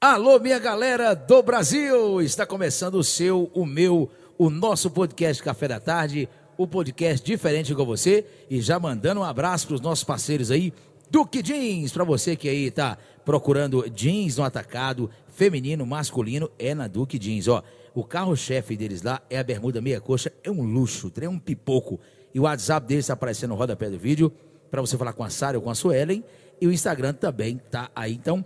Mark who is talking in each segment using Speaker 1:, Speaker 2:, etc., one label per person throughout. Speaker 1: Alô, minha galera do Brasil! Está começando o seu, o meu, o nosso podcast Café da Tarde, o podcast diferente com você. E já mandando um abraço para os nossos parceiros aí, Duque Jeans, para você que aí tá procurando jeans no atacado, feminino, masculino, é na Duque Jeans, ó. O carro-chefe deles lá é a bermuda meia coxa, é um luxo, é um pipoco. E o WhatsApp deles está aparecendo no rodapé do vídeo, para você falar com a Sara ou com a Suelen. E o Instagram também tá aí, então...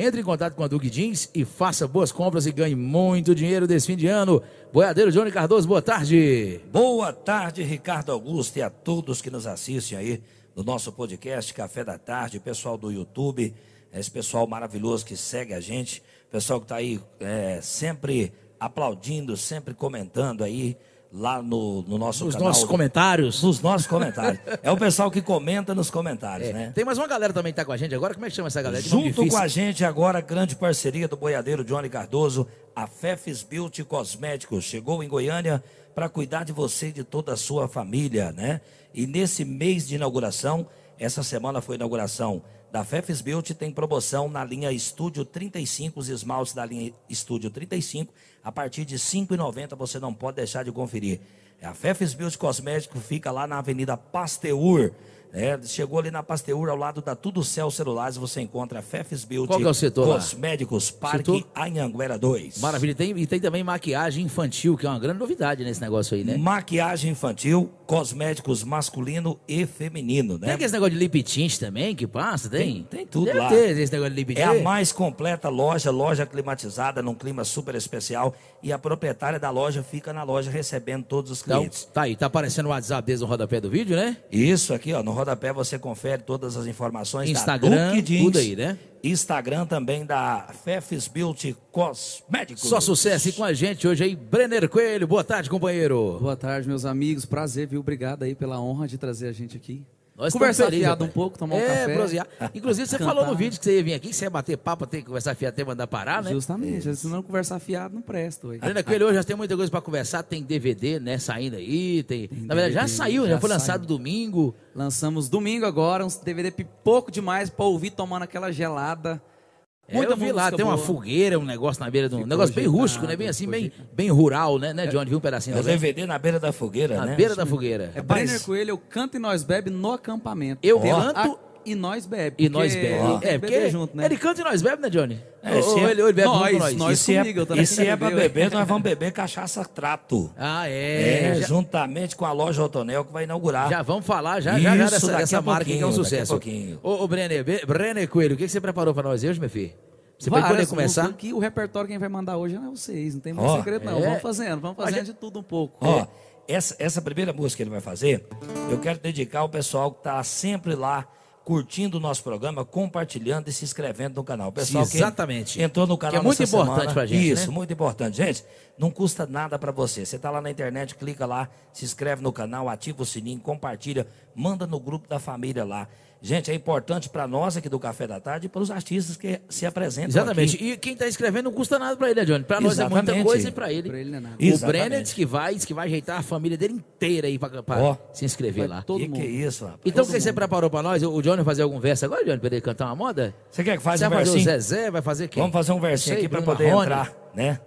Speaker 1: Entre em contato com a Duque Jeans e faça boas compras e ganhe muito dinheiro desse fim de ano. Boiadeiro Johnny Cardoso, boa tarde.
Speaker 2: Boa tarde, Ricardo Augusto e a todos que nos assistem aí no nosso podcast Café da Tarde, pessoal do YouTube, esse pessoal maravilhoso que segue a gente, pessoal que está aí é, sempre aplaudindo, sempre comentando aí lá no, no nosso
Speaker 1: Os
Speaker 2: canal.
Speaker 1: nossos comentários.
Speaker 2: Nos nossos comentários. é o pessoal que comenta nos comentários,
Speaker 1: É,
Speaker 2: né?
Speaker 1: Tem mais uma galera também que tá com a gente agora. Como é que chama essa galera? De nome
Speaker 2: Junto com
Speaker 1: difícil.
Speaker 2: a gente agora, grande parceria do boiadeiro Johnny Cardoso, a Fefes Beauty Cosméticos. Chegou em Goiânia para cuidar de você e de toda a sua família, né? E nesse mês de inauguração, essa semana foi a inauguração da Fefes Beauty, tem promoção na linha Estúdio 35, os esmaltes da linha Estúdio 35. A partir de R$ 5,90 você não pode deixar de conferir. É, A Fefes Beauty Cosméticos fica lá na Avenida Pasteur. É, chegou ali na Pasteur, ao lado da Tudo Céu Celulares, você encontra a Fefes Beauty,
Speaker 1: Qual que é o setor lá?
Speaker 2: Cosméticos, Parque
Speaker 1: Setor?
Speaker 2: Anhanguera 2.
Speaker 1: Maravilha. Tem, e tem também maquiagem infantil, que é uma grande novidade nesse negócio aí, né?
Speaker 2: Hum, Maquiagem infantil, cosméticos masculino e feminino,
Speaker 1: Tem
Speaker 2: né?
Speaker 1: aquele negócio de lip tint também que passa, tem?
Speaker 2: Tem- tem tudo
Speaker 1: Deve
Speaker 2: lá.
Speaker 1: ter esse negócio de lip
Speaker 2: É a
Speaker 1: tint.
Speaker 2: mais completa loja, loja climatizada, num clima super especial. E a proprietária da loja fica na loja recebendo todos os
Speaker 1: Então,
Speaker 2: clientes.
Speaker 1: tá aí, tá aparecendo o WhatsApp desde o rodapé do vídeo, né?
Speaker 2: Isso aqui, ó, no rodapé você confere todas as informações da
Speaker 1: Instagram,
Speaker 2: Duque Jeans,
Speaker 1: tudo aí, né?
Speaker 2: Instagram também da Fefes Beauty Cosméticos.
Speaker 1: Só sucesso e com a gente hoje aí, Brenner Coelho. Boa tarde, companheiro.
Speaker 3: Boa tarde, meus amigos. Prazer, viu? Obrigado aí pela honra de trazer a gente aqui.
Speaker 1: Nós
Speaker 3: Conversar
Speaker 1: estamos ali,
Speaker 3: fiado
Speaker 1: rapaz.
Speaker 3: um pouco, tomar um
Speaker 1: é,
Speaker 3: café.
Speaker 1: prosear. Inclusive, você
Speaker 3: Cantar.
Speaker 1: falou no vídeo que você ia vir aqui, que você ia bater papo, até conversar fiado, até mandar parar, né?
Speaker 3: Justamente, se não conversar fiado, não presta. ué.
Speaker 1: Arena Coelho, hoje já tem muita coisa para conversar, tem DVD, né, saindo aí, tem... Na verdade, já
Speaker 3: DVD,
Speaker 1: saiu, já,
Speaker 3: já
Speaker 1: foi lançado
Speaker 3: saiu.
Speaker 1: domingo.
Speaker 3: Lançamos domingo agora, um DVD pipoco demais pra ouvir tomando aquela gelada.
Speaker 1: É, eu vi lá,
Speaker 3: música
Speaker 1: tem uma
Speaker 3: boa.
Speaker 1: fogueira, um negócio na beira de um...
Speaker 3: Ficou
Speaker 1: negócio bem
Speaker 3: ajeitado,
Speaker 1: rústico, né, bem assim,
Speaker 3: ficou
Speaker 1: bem,
Speaker 3: ajeitado.
Speaker 1: bem rural, né, né, Johnny? Viu um pedacinho
Speaker 2: É o
Speaker 1: também?
Speaker 2: DVD na beira da fogueira,
Speaker 1: Na
Speaker 2: né?
Speaker 1: beira da fogueira.
Speaker 3: É
Speaker 2: Rapaz.
Speaker 3: Brenner Coelho, eu canto e nós bebe no acampamento.
Speaker 1: Eu
Speaker 3: Tem
Speaker 1: canto
Speaker 3: a- e nós bebe.
Speaker 1: E nós
Speaker 3: porque
Speaker 1: bebemos.
Speaker 3: tem que
Speaker 1: É,
Speaker 3: beber
Speaker 1: porque
Speaker 3: junto, né?
Speaker 1: ele canta e nós bebemos, né, Johnny?
Speaker 2: É,
Speaker 1: Ou-
Speaker 2: se
Speaker 1: ou
Speaker 2: é-
Speaker 1: ele, ou ele bebe junto com
Speaker 3: nós,
Speaker 1: nós.
Speaker 2: E
Speaker 3: nós
Speaker 2: se é,
Speaker 3: comigo, eu também
Speaker 2: e se é
Speaker 3: quero
Speaker 2: pra
Speaker 3: beber, ué.
Speaker 2: beber, nós vamos beber cachaça trato.
Speaker 1: Ah,
Speaker 2: É,
Speaker 1: é. já,
Speaker 2: juntamente com a loja Otonel que vai inaugurar.
Speaker 1: já vamos falar já, já, já
Speaker 2: Ah. Isso,
Speaker 1: dessa,
Speaker 2: daqui
Speaker 1: dessa
Speaker 2: a
Speaker 1: marca aí que é um
Speaker 2: pouquinho, daqui a
Speaker 1: sucesso.
Speaker 2: pouquinho.
Speaker 1: Ô, ô Brenner, Be- Brenner Coelho, o que que você preparou pra nós hoje, meu filho? Você vai
Speaker 3: Várias
Speaker 1: poder
Speaker 3: músicas
Speaker 1: começar?
Speaker 3: Aqui, o repertório quem vai mandar hoje é vocês, não tem muito
Speaker 2: Ó,
Speaker 3: segredo não.
Speaker 1: é.
Speaker 3: Vamos fazendo, vamos fazendo
Speaker 1: Mas
Speaker 3: de tudo um pouco.
Speaker 2: Ó,
Speaker 1: É.
Speaker 2: essa, essa primeira música que ele vai fazer, eu quero dedicar ao pessoal que tá sempre lá curtindo o nosso programa, compartilhando e se inscrevendo no canal. O Pessoal que
Speaker 1: Exatamente.
Speaker 2: entrou no canal
Speaker 1: Que é muito
Speaker 2: nessa
Speaker 1: importante
Speaker 2: semana.
Speaker 1: pra gente,
Speaker 2: Isso,
Speaker 1: né?
Speaker 2: muito importante. Gente, não custa nada para você. Você tá lá na internet, clica lá, se inscreve no canal, ativa o sininho, compartilha, manda no grupo da família lá. Gente, é importante para nós aqui do Café da Tarde e para os artistas que se apresentam
Speaker 1: Exatamente.
Speaker 2: aqui.
Speaker 1: E quem tá escrevendo não custa nada pra ele, né, Johnny? Pra nós é muita
Speaker 2: Exatamente.
Speaker 1: coisa e pra ele.
Speaker 3: Pra ele não é nada.
Speaker 1: O
Speaker 2: Exatamente.
Speaker 1: Brenner disse que vai, disse que vai ajeitar a família dele inteira aí pra, pra
Speaker 2: Ó.
Speaker 1: se inscrever
Speaker 3: Vai
Speaker 1: lá.
Speaker 3: todo
Speaker 2: Que que
Speaker 3: mundo.
Speaker 2: é isso, rapaz?
Speaker 1: Então, o que você preparou pra nós? O Johnny vai fazer algum verso agora, Johnny, pra ele cantar uma moda?
Speaker 2: Você quer que faça
Speaker 1: você é
Speaker 2: um
Speaker 1: vai fazer o
Speaker 2: versinho?
Speaker 1: Zezé, vai fazer quem?
Speaker 2: Vamos fazer um versinho
Speaker 1: Sei,
Speaker 2: aqui para
Speaker 1: Bruno
Speaker 2: poder
Speaker 1: Marrone.
Speaker 2: entrar, né?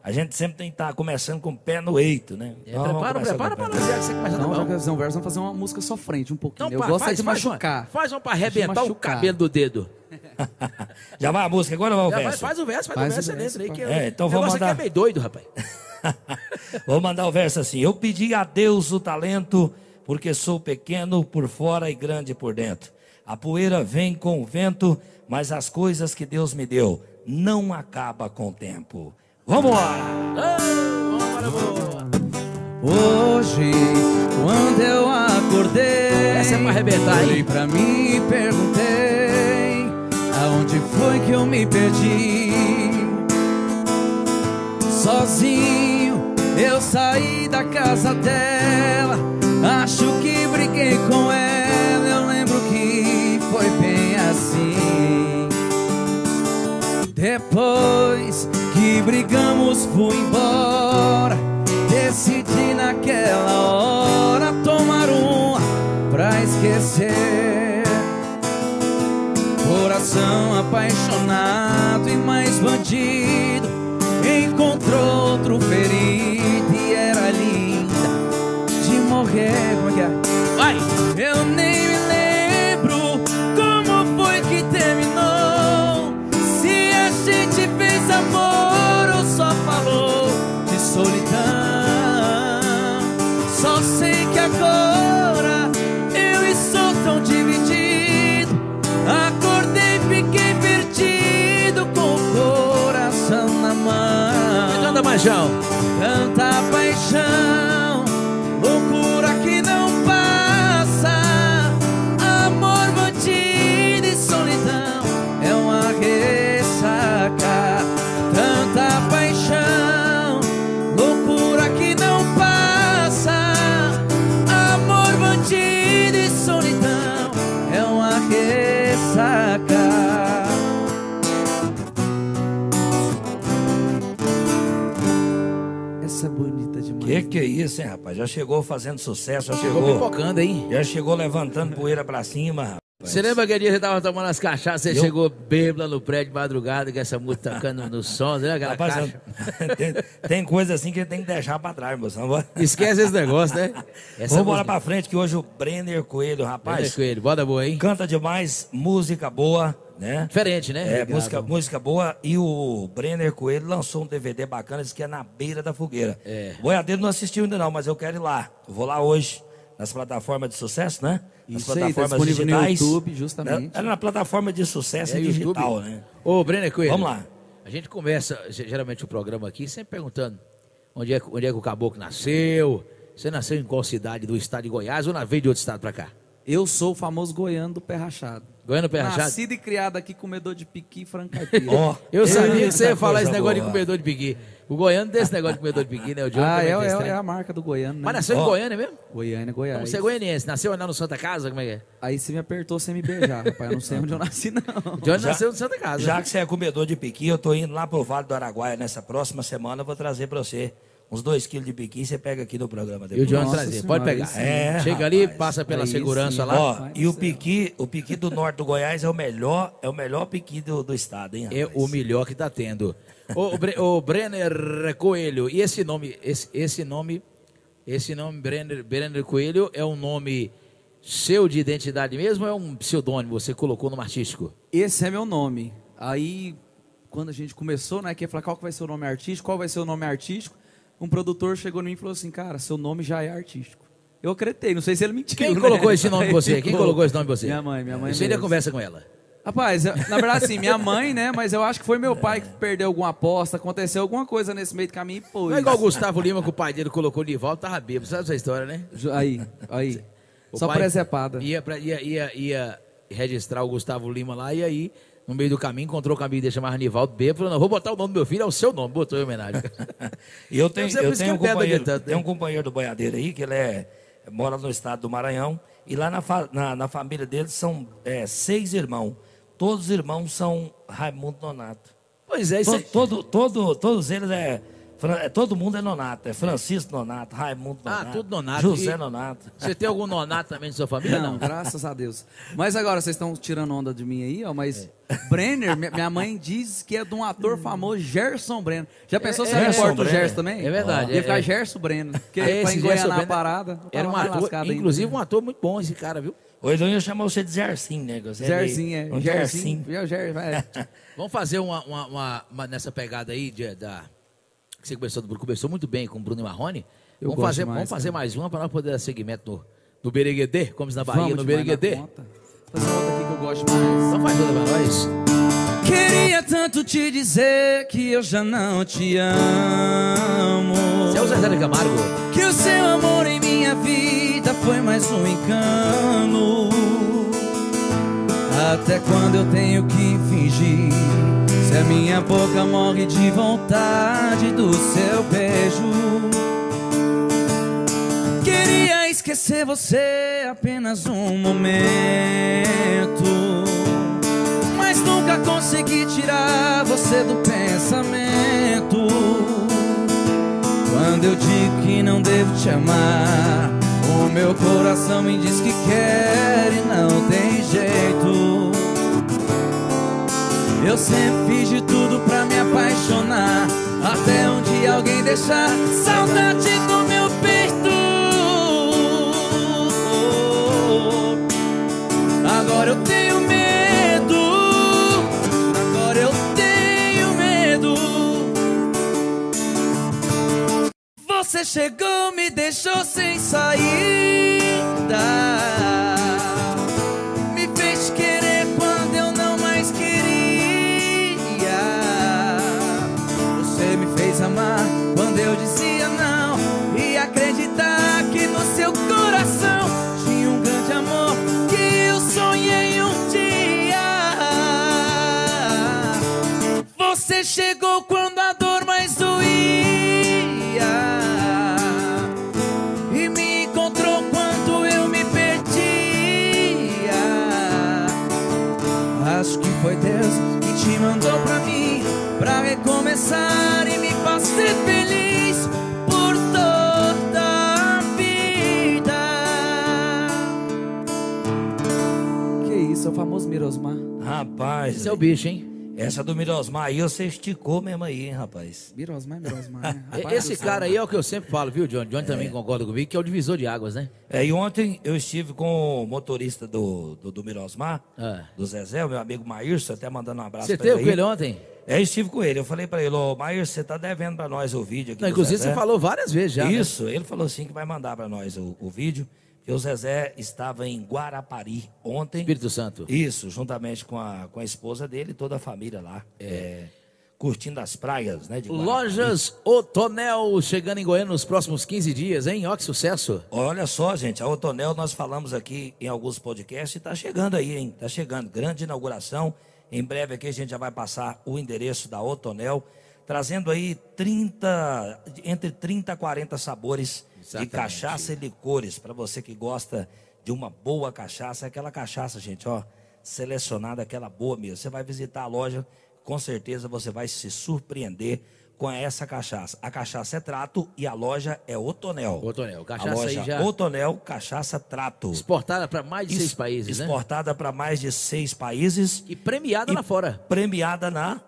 Speaker 2: A gente sempre tem que estar começando com o pé no eito, né?
Speaker 1: É,
Speaker 2: Então, vamos
Speaker 1: prepara,
Speaker 2: começar
Speaker 1: prepara
Speaker 2: com o
Speaker 1: pra
Speaker 2: pé
Speaker 1: nós.
Speaker 2: no
Speaker 1: Já
Speaker 2: eito.
Speaker 1: que você começa a
Speaker 3: Não, já
Speaker 1: tomar
Speaker 3: que
Speaker 1: um-
Speaker 3: eles vão verso, vamos fazer uma música só frente um pouquinho.
Speaker 1: Não,
Speaker 3: eu
Speaker 1: pá,
Speaker 3: gosto é
Speaker 1: faz-
Speaker 3: de
Speaker 1: faz uma-
Speaker 3: machucar. É
Speaker 1: Faz uma pra
Speaker 3: De
Speaker 1: arrebentar o
Speaker 3: machucar.
Speaker 1: cabelo do dedo.
Speaker 2: Já vai a música, agora vai o
Speaker 1: Já vai,
Speaker 2: verso.
Speaker 1: faz o verso, faz,
Speaker 3: Faz
Speaker 1: o
Speaker 3: o
Speaker 1: verso,
Speaker 3: verso,
Speaker 1: dentro aí.
Speaker 3: pá.
Speaker 1: Que
Speaker 2: É, então
Speaker 1: o
Speaker 2: vamos
Speaker 1: negócio aqui é
Speaker 2: mandar-
Speaker 1: meio doido, rapaz.
Speaker 2: Vou mandar o verso assim. Eu pedi a Deus o talento, porque sou pequeno por fora e grande por dentro. A poeira vem com o vento, mas as coisas que Deus me deu não acaba com o tempo. Vamos lá!
Speaker 1: Ah, vamos para boa.
Speaker 3: Hoje, quando eu acordei,
Speaker 1: Essa é pra arrebentar, hein?
Speaker 3: olhei pra mim e perguntei: aonde foi que eu me perdi? Sozinho, eu saí da casa dela. Acho que briguei com ela. Eu lembro que foi bem assim. Depois que brigamos, fui embora. Decidi naquela hora tomar uma pra esquecer. Por coração apaixonado e mais bandido encontrou outro ferido e era linda de morrer. Como é que é? Vai! Eu nem me lembro como foi que terminou. Se a gente fez amor ou só falou de solidão. Só sei que agora eu estou tão dividido. Acordei, fiquei perdido com o coração na mão.
Speaker 1: Canta, Manjão.
Speaker 3: Tanta paixão, loucura que não passa. Amor bandido e solidão é uma ressaca. Tanta paixão, loucura que não passa. Amor bandido e solidão é uma ressaca. Essa é bonita demais.
Speaker 2: Que que é isso, hein, rapaz? Já chegou fazendo sucesso, já
Speaker 1: Chegou
Speaker 2: chegou,
Speaker 1: pipocando, hein?
Speaker 2: já chegou levantando poeira pra cima, rapaz.
Speaker 1: Você lembra que dia você tava tomando as cachaças, você
Speaker 2: Eu?
Speaker 1: chegou bêbado no prédio de madrugada, com essa música tocando no som, né? Aquela
Speaker 2: Rapaz,
Speaker 1: caixa.
Speaker 2: eu- tem, tem coisa assim que tem que deixar pra trás, moço. Vamos
Speaker 1: Esquece esse negócio, né?
Speaker 2: Vamos embora pra frente que hoje o Brenner Coelho, rapaz,
Speaker 1: com ele, bota boa, hein?
Speaker 2: canta demais, música boa, né?
Speaker 1: Diferente, né?
Speaker 2: É,
Speaker 1: Obrigado.
Speaker 2: música, música boa. E o Brenner Coelho lançou um DVD bacana, diz que é na beira da fogueira.
Speaker 1: É.
Speaker 2: O Boiadeiro não assistiu ainda não, mas eu quero ir lá. Eu vou lá hoje, nas plataformas de sucesso, né? Nas
Speaker 3: Isso aí, tá disponível no YouTube, justamente.
Speaker 2: Era é na plataforma de
Speaker 1: É,
Speaker 2: sucesso e
Speaker 1: YouTube.
Speaker 2: digital, né?
Speaker 1: Ô, Brenner Coelho.
Speaker 2: Vamos lá.
Speaker 1: A gente começa ge- geralmente o programa aqui sempre perguntando onde é, que- onde é que o caboclo nasceu. Você nasceu em qual cidade do estado de Goiás ou na- veio de outro estado pra cá?
Speaker 3: Eu sou o famoso goiano do pé rachado.
Speaker 1: Goiânia Pé Rachado?
Speaker 3: Nascido e criado aqui, comedor de piqui e francaipira.
Speaker 2: Ó,
Speaker 1: Eu sabia que
Speaker 2: eita
Speaker 3: tá
Speaker 1: você ia falar
Speaker 2: coisa
Speaker 1: esse negócio de
Speaker 2: boa.
Speaker 1: comedor de piqui. O goiano desse negócio de comedor de piqui, né? O Diogo
Speaker 3: ah,
Speaker 1: também
Speaker 3: é,
Speaker 1: tem esse
Speaker 3: é,
Speaker 1: trem.
Speaker 3: é a marca do goiano, né?
Speaker 1: Mas nasceu em
Speaker 2: Ó.
Speaker 1: Goiânia mesmo?
Speaker 3: Goiânia,
Speaker 1: Então
Speaker 3: Goiás.
Speaker 1: você é goianiense. Nasceu lá no Santa Casa? Como é que é?
Speaker 3: Aí você me apertou sem me beijar, rapaz. Eu não sei onde eu nasci, não.
Speaker 1: Diogo
Speaker 2: Já-
Speaker 1: nasceu no Santa Casa.
Speaker 2: Já que você é comedor de piqui, eu tô indo lá pro Vale do Araguaia nessa próxima semana, eu vou trazer pra você uns dois quilos de piqui, você pega aqui no programa
Speaker 1: E o
Speaker 2: depois.
Speaker 1: Diogo
Speaker 3: Nossa
Speaker 1: trazer.
Speaker 3: senhora,
Speaker 1: Pode pegar.
Speaker 3: aí sim.
Speaker 2: É,
Speaker 1: Chega ali,
Speaker 2: rapaz.
Speaker 1: passa pela
Speaker 3: Aí
Speaker 1: segurança
Speaker 3: sim.
Speaker 1: lá.
Speaker 2: Ó,
Speaker 3: Vai
Speaker 2: e
Speaker 3: do
Speaker 2: o
Speaker 3: céu.
Speaker 2: piqui, o piqui do norte do Goiás é o melhor, é o melhor piqui do, do estado, hein?
Speaker 1: É
Speaker 2: rapaz?
Speaker 1: o melhor que tá tendo. O, Brenner Coelho, e esse nome, esse, esse nome, esse nome Brenner, Brenner Coelho é um nome seu de identidade mesmo ou é um pseudônimo você colocou no artístico?
Speaker 3: Esse é meu nome. Aí, quando a gente começou, né, que ia falar qual que vai ser o nome artístico, qual vai ser o nome artístico, um produtor chegou em mim e falou assim, cara, seu nome já é artístico. Eu acreditei, não sei se ele mentiu.
Speaker 1: Quem
Speaker 3: né?
Speaker 1: colocou esse nome em
Speaker 3: Aí
Speaker 1: você? Quem
Speaker 3: ficou.
Speaker 1: colocou esse nome em você?
Speaker 3: Minha mãe, minha mãe
Speaker 1: Você ainda
Speaker 3: mesmo.
Speaker 1: conversa com ela.
Speaker 3: Rapaz, eu- na verdade sim, minha mãe, né, mas eu acho que foi meu pai que perdeu alguma aposta, aconteceu alguma coisa nesse meio do caminho e pôs.
Speaker 1: Não é igual o Gustavo Lima que o pai dele colocou Nivaldo, tava bêbado. Sabe essa história, né?
Speaker 3: Ju- Aí, aí.
Speaker 1: O
Speaker 3: Só
Speaker 1: pai
Speaker 3: presepada.
Speaker 1: Ia, pra- ia, ia, ia registrar o Gustavo Lima lá e aí, no meio do caminho, encontrou o caminho de chamar Nivaldo B. Falou: não, vou botar o nome do meu filho, é o seu nome, botou em homenagem.
Speaker 2: E eu tenho,
Speaker 1: Mas é por
Speaker 2: eu
Speaker 1: isso
Speaker 2: tenho um
Speaker 1: que eu pego
Speaker 2: companheiro,
Speaker 1: de tanto,
Speaker 2: tem
Speaker 1: né?
Speaker 2: um companheiro do boiadeiro aí, que ele é, mora no estado do Maranhão, e lá na, fa- na, na família dele são é, seis irmãos. Todos os irmãos são Raimundo Nonato.
Speaker 1: pois é, isso
Speaker 2: Todo,
Speaker 1: é.
Speaker 2: todo, todo- todos eles é, Fran- é. Todo mundo é Nonato. É Francisco Nonato, Raimundo
Speaker 1: Ah,
Speaker 2: Nonato.
Speaker 1: tudo Nonato.
Speaker 2: José
Speaker 1: E-
Speaker 2: Nonato.
Speaker 1: Você tem algum nonato também na sua família?
Speaker 3: Não,
Speaker 1: Não.
Speaker 3: graças a Deus. Mas agora, vocês estão tirando onda de mim aí, ó, mas
Speaker 1: É.
Speaker 3: Brenner, mi- minha mãe diz que é de um ator famoso, Gerson Brenner. Já pensou
Speaker 1: É-
Speaker 3: se eu
Speaker 1: é-
Speaker 3: reporto o
Speaker 2: Gerson
Speaker 3: Gerson também?
Speaker 1: É verdade,
Speaker 3: Ia
Speaker 1: é-
Speaker 3: ficar
Speaker 1: é.
Speaker 3: Gerson Brenner, porque
Speaker 1: Aí
Speaker 3: pra
Speaker 1: esse
Speaker 3: engoiar
Speaker 1: Gerson
Speaker 3: na
Speaker 1: Brenner
Speaker 3: parada, eu
Speaker 1: Era um
Speaker 3: tava mais
Speaker 1: ator,
Speaker 3: lascado ainda.
Speaker 1: inclusive um ator muito bom esse cara, viu?
Speaker 2: O Edão ia chamar você de Zercim, né? Você
Speaker 3: Gerson,
Speaker 2: meio-
Speaker 3: é.
Speaker 2: Um
Speaker 3: Gerson.
Speaker 2: Zercim.
Speaker 3: viu, Ger- é. vai.
Speaker 1: Vamos fazer uma, uma- uma- uma- nessa pegada aí de- da. Que você começou, começou muito bem com o Bruno e Marrone.
Speaker 3: Eu
Speaker 1: vamos
Speaker 3: gosto
Speaker 1: fazer,
Speaker 3: demais,
Speaker 1: vamos fazer
Speaker 3: cara.
Speaker 1: mais uma para nós poder dar segmento no, no Bereguedê, como diz na Bahia,
Speaker 3: Vamos
Speaker 1: no
Speaker 3: demais na
Speaker 1: Bereguedê.
Speaker 3: conta. Fazer outra aqui que eu gosto mais.
Speaker 1: Então faz toda pra nós.
Speaker 3: Queria tanto te dizer que eu já não te amo.
Speaker 1: Você é o Zezé de Camargo?
Speaker 3: Que o seu amor em minha vida foi mais um engano. Até quando eu tenho que fingir? Se a minha boca morre de vontade do seu beijo. Queria esquecer você apenas um momento. Mas nunca consegui tirar você do pensamento. Quando eu digo que não devo te amar, o meu coração me diz que quer e não tem jeito. Eu sempre fiz de tudo pra me apaixonar. Até um dia alguém deixar saudade do meu peito. Agora eu tenho medo. Agora eu tenho medo. Você chegou, me deixou sem saída. Me fez querer quando eu não mais queria. Você me fez amar quando eu dizia não. E acreditar que no seu coração tinha um grande amor que eu sonhei um dia. Você chegou quando a dor mais doía e me encontrou quando eu me perdia. Acho que foi Deus que te mandou pra mim pra recomeçar e me fazer feliz por toda a vida. Que isso, é o famoso Mirosmar.
Speaker 2: Rapaz,
Speaker 1: Esse é o bicho, hein?
Speaker 2: essa do Mirosmar aí você esticou mesmo aí, hein, rapaz?
Speaker 3: Mirosmar, Mirosmar. né?
Speaker 1: E-
Speaker 3: Rapaz
Speaker 1: Esse
Speaker 3: do céu.
Speaker 1: cara aí é o que eu sempre falo, viu, Johnny? Johnny também concorda comigo, que é o divisor de águas, né?
Speaker 2: É, e ontem eu estive com o motorista do, do, do Mirosmar,
Speaker 1: Ah.
Speaker 2: do Zezé, o meu amigo Maírcio, até mandando um abraço
Speaker 1: Você
Speaker 2: pra ele.
Speaker 1: teve com
Speaker 2: aí.
Speaker 1: ele ontem?
Speaker 2: É, estive com ele. Eu falei pra ele, ô, Maírcio, você tá devendo pra nós o vídeo aqui.
Speaker 1: Não,
Speaker 2: do
Speaker 1: inclusive
Speaker 2: Zezé.
Speaker 1: você falou várias vezes já. né?
Speaker 2: Isso, ele falou assim que vai mandar pra nós o, o vídeo. Que o Zezé estava em Guarapari ontem.
Speaker 1: Espírito Santo.
Speaker 2: Isso, juntamente com a, com a esposa dele e toda a família lá. é, curtindo as praias, né? De Guarapari.
Speaker 1: Lojas Otonel chegando em Goiânia nos próximos 15 dias, hein? Ó, que sucesso!
Speaker 2: Olha só, gente, a Otonel nós falamos aqui em alguns podcasts e tá chegando aí, hein? Tá chegando, grande inauguração. Em breve aqui a gente já vai passar o endereço da Otonel, trazendo aí 30, entre 30 a 40 sabores
Speaker 1: Exatamente.
Speaker 2: de cachaça e licores para você que gosta de uma boa cachaça, aquela cachaça, gente, ó, selecionada, aquela boa mesmo. Você vai visitar a loja, com certeza você vai se surpreender com essa cachaça. A cachaça é trato e a loja é Otonel.
Speaker 1: Otonel,
Speaker 2: a
Speaker 1: cachaça aí
Speaker 2: loja
Speaker 1: já-
Speaker 2: Otonel Cachaça Trato.
Speaker 1: Exportada para mais de seis
Speaker 2: Es-
Speaker 1: países, né?
Speaker 2: Exportada para mais de seis países.
Speaker 1: E premiada
Speaker 2: E
Speaker 1: lá fora.
Speaker 2: Premiada na,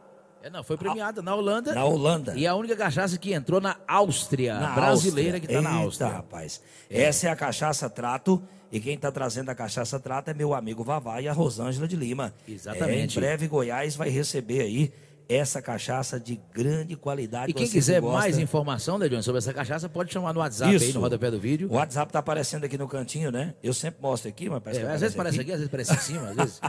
Speaker 1: É, não, foi premiada na Holanda.
Speaker 2: na Holanda.
Speaker 1: E a única cachaça que entrou na Áustria,
Speaker 2: na
Speaker 1: brasileira
Speaker 2: Áustria.
Speaker 1: que está na
Speaker 2: Eita,
Speaker 1: Áustria.
Speaker 2: rapaz. Essa é a Cachaça Trato. E quem está trazendo a Cachaça Trato é meu amigo Vavá e a Rosângela de Lima.
Speaker 1: Exatamente.
Speaker 2: É, em breve, Goiás vai receber aí essa cachaça de grande qualidade.
Speaker 1: E quem
Speaker 2: Você
Speaker 1: quiser
Speaker 2: gosta-
Speaker 1: mais informação, né, Johnny, sobre essa cachaça, pode chamar no WhatsApp aí, no rodapé do vídeo.
Speaker 2: O WhatsApp tá aparecendo aqui no cantinho, né? Eu sempre mostro aqui, mas
Speaker 1: É,
Speaker 2: parece que
Speaker 1: às vezes parece
Speaker 2: aqui.
Speaker 1: aqui, às vezes parece em cima, às vezes.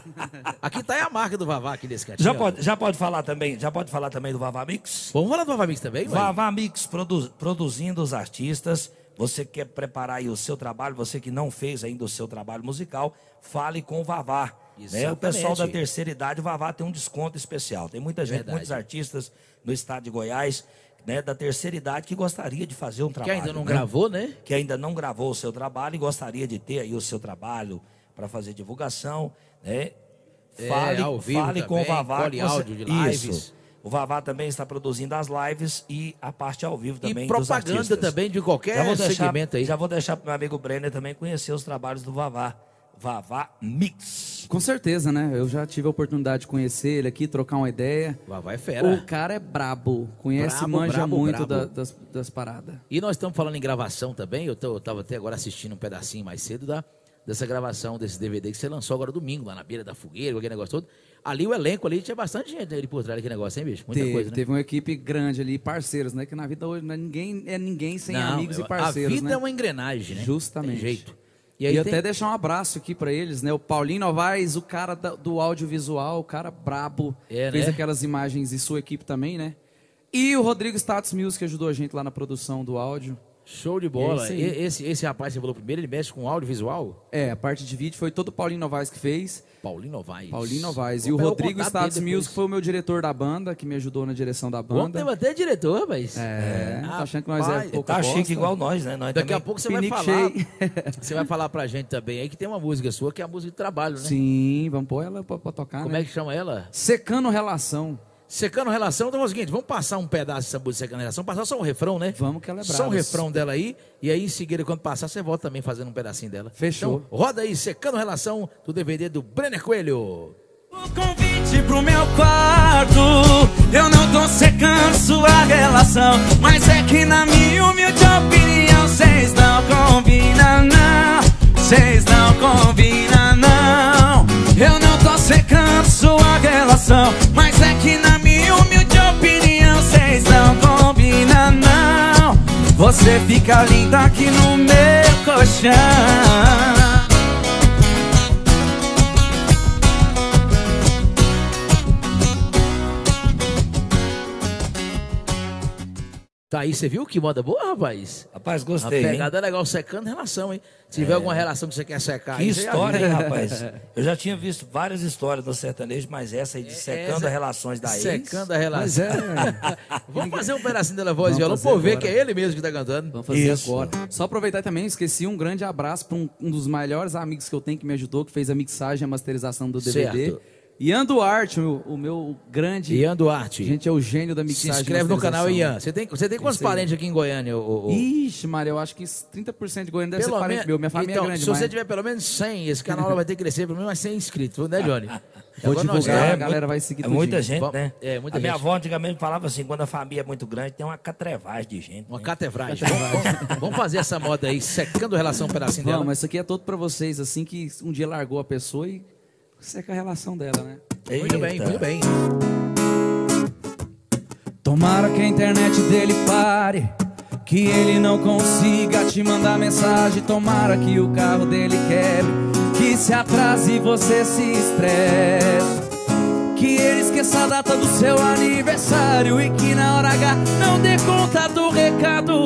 Speaker 1: Aqui tá aí a marca do Vavá aqui nesse cantinho.
Speaker 2: Já
Speaker 1: ó.
Speaker 2: pode, já pode falar também, já pode falar também do Vavá Mix?
Speaker 1: Vamos falar do Vavá Mix também, ué?
Speaker 2: Vavá Mix produ- produzindo os artistas. Você quer preparar aí o seu trabalho, você que não fez ainda o seu trabalho musical, fale com o Vavá. Né? O
Speaker 1: Exatamente.
Speaker 2: pessoal da terceira idade, o Vavá tem um desconto especial. Tem muita gente,
Speaker 1: Verdade.
Speaker 2: muitos artistas no estado de Goiás, né, da terceira idade que gostaria de fazer um
Speaker 1: Que
Speaker 2: trabalho.
Speaker 1: ainda não
Speaker 2: né?
Speaker 1: gravou, né?
Speaker 2: que ainda não gravou o seu trabalho e gostaria de ter aí o seu trabalho para fazer divulgação, né?
Speaker 1: É,
Speaker 2: Fale,
Speaker 1: ao vivo
Speaker 2: fale com o
Speaker 1: também,
Speaker 2: Vavá.
Speaker 1: colhe
Speaker 2: com cer-
Speaker 1: áudio de lives.
Speaker 2: Isso. O Vavá também está produzindo as lives e a parte ao vivo também
Speaker 1: e
Speaker 2: dos
Speaker 1: propaganda
Speaker 2: artistas.
Speaker 1: também de qualquer
Speaker 2: Já vou deixar,
Speaker 1: segmento aí.
Speaker 2: Já vou deixar para meu amigo Brenner também conhecer os trabalhos do Vavá. Vavá Mix.
Speaker 3: Com certeza, né? Eu já tive a oportunidade de conhecer ele aqui, trocar uma ideia.
Speaker 1: Vavá é fera.
Speaker 3: O cara é brabo, conhece
Speaker 1: Brabo,
Speaker 3: manja
Speaker 1: brabo, brabo.
Speaker 3: muito da- das, das paradas.
Speaker 1: E nós estamos falando em gravação também. Eu, tô, eu tava até agora assistindo um pedacinho mais cedo da, dessa gravação desse DVD que você lançou agora domingo, lá na beira da fogueira, aquele negócio todo. Ali o elenco ali tinha bastante gente ali por trás daquele negócio, hein, bicho? Muita
Speaker 3: teve,
Speaker 1: coisa, né?
Speaker 3: teve uma equipe grande ali, parceiros, né? Que na vida hoje não é ninguém, é ninguém sem
Speaker 1: Não,
Speaker 3: amigos
Speaker 1: eu-
Speaker 3: e parceiros,
Speaker 1: A vida
Speaker 3: né?
Speaker 1: é uma engrenagem, né?
Speaker 3: Justamente.
Speaker 1: Tem jeito.
Speaker 3: E,
Speaker 1: E aí tem-
Speaker 3: até deixar um abraço aqui pra eles, né? O Paulinho Novaes, o cara da- do audiovisual, o cara brabo.
Speaker 1: É,
Speaker 3: fez
Speaker 1: né?
Speaker 3: aquelas imagens e sua equipe também, né? E o Rodrigo Status Music ajudou a gente lá na produção do áudio.
Speaker 1: Show de bola.
Speaker 3: É isso aí.
Speaker 1: E- esse, esse rapaz que você falou primeiro, ele mexe com audiovisual?
Speaker 3: É, a parte de vídeo foi todo o Paulinho Novaes que fez.
Speaker 1: Paulinho Novaes.
Speaker 3: Paulinho Novaes.
Speaker 1: Vou
Speaker 3: E o
Speaker 1: pegar
Speaker 3: Rodrigo
Speaker 1: contato dele
Speaker 3: Status
Speaker 1: depois.
Speaker 3: Music foi o meu diretor da banda, que me ajudou na direção da
Speaker 1: O homem
Speaker 3: banda.
Speaker 1: teve até diretor, rapaz.
Speaker 3: É, tá achando que nós é
Speaker 1: Rapaz,
Speaker 3: pouco
Speaker 2: Tá
Speaker 3: bosta.
Speaker 2: chique igual nós, né? Nós
Speaker 1: Daqui
Speaker 2: também.
Speaker 1: a pouco você vai
Speaker 3: Pinico
Speaker 1: falar.
Speaker 3: cheio.
Speaker 1: Você vai falar pra gente também aí que tem uma música sua que é a música de trabalho, né?
Speaker 3: Sim, vamos pôr ela pra, pra tocar,
Speaker 1: Como
Speaker 3: né?
Speaker 1: é que chama ela?
Speaker 3: Secando Relação.
Speaker 1: Secando relação, então é o seguinte, vamos passar um pedaço dessa música secando relação, passar só um refrão, né?
Speaker 3: Vamos que ela é brava.
Speaker 1: Só um refrão dela aí, e aí em seguida, quando passar, você volta também fazendo um pedacinho dela.
Speaker 3: Fechou.
Speaker 1: Então, roda aí, secando relação do DVD do Brenner Coelho.
Speaker 4: O convite
Speaker 3: tarde pro meu quarto. Eu não tô secando sua relação, mas é que na minha humilde opinião, cês não combina, não. Cês não combina, não. Eu não tô secando sua relação, mas é que na minha humilde opinião, cês não combina, não. Você fica linda aqui no meu colchão.
Speaker 1: Tá aí, você viu que moda boa, rapaz?
Speaker 2: Rapaz,
Speaker 1: A
Speaker 2: gostei. hein?
Speaker 1: pegada é legal, secando relação, hein? Se
Speaker 4: É.
Speaker 1: tiver alguma relação que você quer secar,
Speaker 2: Que
Speaker 1: aí é você
Speaker 2: história, hein,
Speaker 1: avisa.
Speaker 2: rapaz? Eu já tinha visto várias histórias no sertanejo, mas essa aí de secando
Speaker 1: É, essa-
Speaker 2: relações da ex.
Speaker 1: Secando a
Speaker 4: Mas
Speaker 1: relação.
Speaker 4: é,
Speaker 1: Vamos fazer um pedacinho dela voz
Speaker 4: Vamos
Speaker 1: e violão,
Speaker 4: fazer
Speaker 1: por ver
Speaker 4: agora.
Speaker 1: que é ele mesmo que tá cantando.
Speaker 4: Vamos fazer
Speaker 2: Isso.
Speaker 4: agora. Só aproveitar também, esqueci um grande abraço para um, um dos maiores amigos que eu tenho que me ajudou, que fez a mixagem e a masterização do DVD.
Speaker 1: Certo.
Speaker 4: Ian Duarte, o, o meu grande.
Speaker 1: Ian Duarte.
Speaker 4: Gente, é o gênio da
Speaker 1: se
Speaker 4: mixagem. e
Speaker 1: inscreve no
Speaker 4: masterização.
Speaker 1: canal, Ian. Você tem, você tem quantos
Speaker 4: Isso aí.
Speaker 1: parentes aqui em Goiânia? ô- ô- ô?
Speaker 4: Ixi, Maria, eu acho que 30% de Goiânia deve ser parente
Speaker 1: men-
Speaker 4: meu. Minha família
Speaker 1: então,
Speaker 4: é grande
Speaker 1: Se você
Speaker 4: mas-
Speaker 1: tiver pelo menos 100, esse canal vai ter que crescer pelo menos mais 100 inscritos, né, Johnny?
Speaker 4: Vou
Speaker 1: Agora nós-
Speaker 4: divulgar,
Speaker 1: é,
Speaker 4: a galera vai seguir
Speaker 2: É muita
Speaker 4: tudinho.
Speaker 2: gente,
Speaker 1: Vamos-
Speaker 2: né?
Speaker 1: é, muita
Speaker 2: a minha
Speaker 1: gente.
Speaker 2: avó antigamente falava assim, quando a família é muito grande, tem uma catrevagem de gente.
Speaker 1: Uma
Speaker 2: né?
Speaker 1: catevragem. Vamos- Vamos fazer essa moda aí, secando relação um pedacinho dela.
Speaker 4: Vamos, mas isso aqui é todo para vocês, assim que um dia largou a pessoa e seca a relação dela, né?
Speaker 1: Muito bem,
Speaker 2: Eita.
Speaker 1: muito bem.
Speaker 3: Tomara que a internet dele pare, que ele não consiga te mandar mensagem. Tomara que o carro dele quebre, que se atrase e você se estresse. Que ele esqueça a data do seu aniversário e que na hora H não dê conta do recado.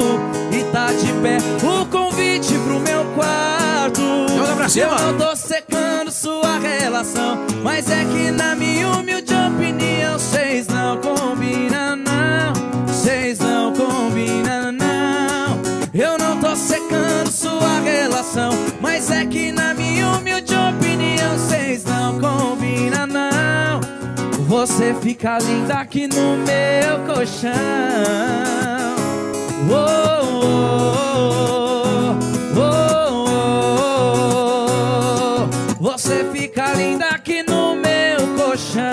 Speaker 3: E tá de pé o convite pro meu quarto.
Speaker 1: Joga pra cima.
Speaker 3: Eu não tô secando sua relação, mas é que na minha humilde opinião, vocês não combinam, não. Vocês não combinam, não. Eu não tô secando sua relação, mas é que na minha humilde opinião, vocês não combinam, não. Você fica linda aqui no meu colchão. Oh, oh, oh, oh, oh. Você fica linda aqui no meu colchão.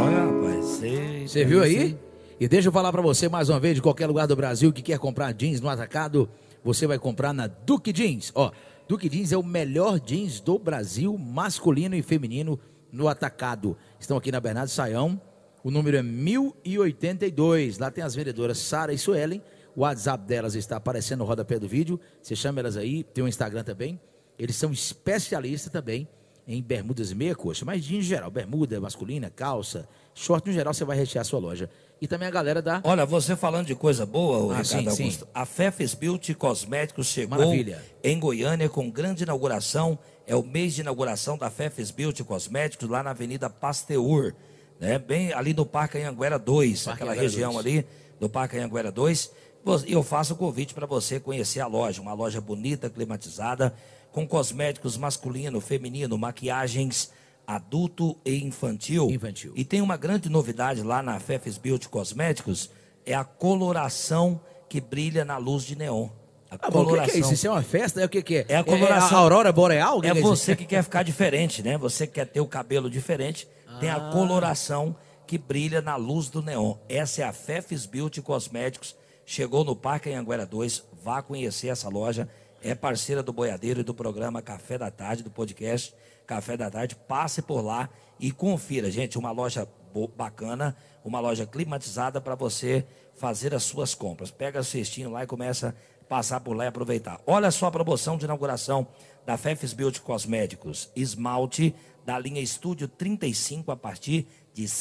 Speaker 2: Olha, rapaz, você...
Speaker 1: Você viu aí? E deixa eu falar pra você mais uma vez, de qualquer lugar do Brasil que quer comprar jeans no atacado, você vai comprar na Duque Jeans. Ó, Duque Jeans é o melhor jeans do Brasil, masculino e feminino no atacado. Estão aqui na Bernardo Saião. O número é 1082. Lá tem as vendedoras Sara e Suelen. O WhatsApp delas está aparecendo no rodapé do vídeo. Você chama elas aí, tem o Instagram também. Eles são especialistas também em bermudas e meia coxa, mas jeans em geral, bermuda, masculina, calça, short no geral, você vai rechear a sua loja. E também a galera da
Speaker 2: Olha, você falando de coisa boa, ô
Speaker 1: Ah, sim,
Speaker 2: Ricardo
Speaker 1: sim.
Speaker 2: Augusto, a Fefes Beauty Cosméticos chegou
Speaker 1: Maravilha.
Speaker 2: em Goiânia com grande inauguração. É o mês de inauguração da Fefes Beauty Cosméticos lá na Avenida Pasteur, né? bem ali no Parque Anhanguera 2,
Speaker 1: Parque
Speaker 2: aquela
Speaker 1: Anhanguera
Speaker 2: região
Speaker 1: 2.
Speaker 2: ali do Parque Anhanguera 2. Vo- Eu faço o convite para você conhecer a loja, uma loja bonita, climatizada, com cosméticos masculino, feminino, maquiagens adulto e infantil.
Speaker 1: Infantil.
Speaker 2: E tem uma grande novidade lá na Fefes Beauty Cosméticos, é a coloração que brilha na luz de neon. A
Speaker 1: Ah, bom, o que
Speaker 2: coloração.
Speaker 1: que é isso? Isso é uma festa? É o que, que é?
Speaker 2: É a coloração.
Speaker 1: a aurora boreal? O que
Speaker 2: É
Speaker 1: que isso?
Speaker 2: você que quer ficar diferente, né? Você que quer ter o cabelo diferente, tem a coloração que brilha na luz do neon. Essa é a Fefes Beauty Cosméticos. Chegou no Parque Anhanguera 2, vá conhecer essa loja. É parceira do Boiadeiro e do programa Café da Tarde, do podcast Café da Tarde. Passe por lá e confira, gente, uma loja bo- bacana, uma loja climatizada para você fazer as suas compras. Pega o cestinho lá e começa a passar por lá e aproveitar. Olha só a promoção de inauguração da Fefes Beauty Cosméticos. Esmalte da linha Estúdio 35 a partir de R$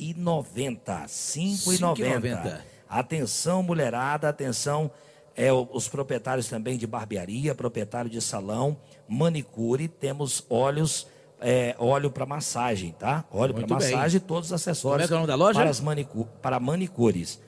Speaker 2: 5,90. 5,90.
Speaker 1: 5,90.
Speaker 2: Atenção, mulherada, atenção. É, o- os proprietários também de barbearia, proprietário de salão, manicure, temos óleos, é, óleo para massagem, tá? Óleo para
Speaker 1: Muito bem.
Speaker 2: massagem e todos os
Speaker 1: Como
Speaker 2: acessórios
Speaker 1: é que é o nome da loja?
Speaker 2: para, as manicu para manicures.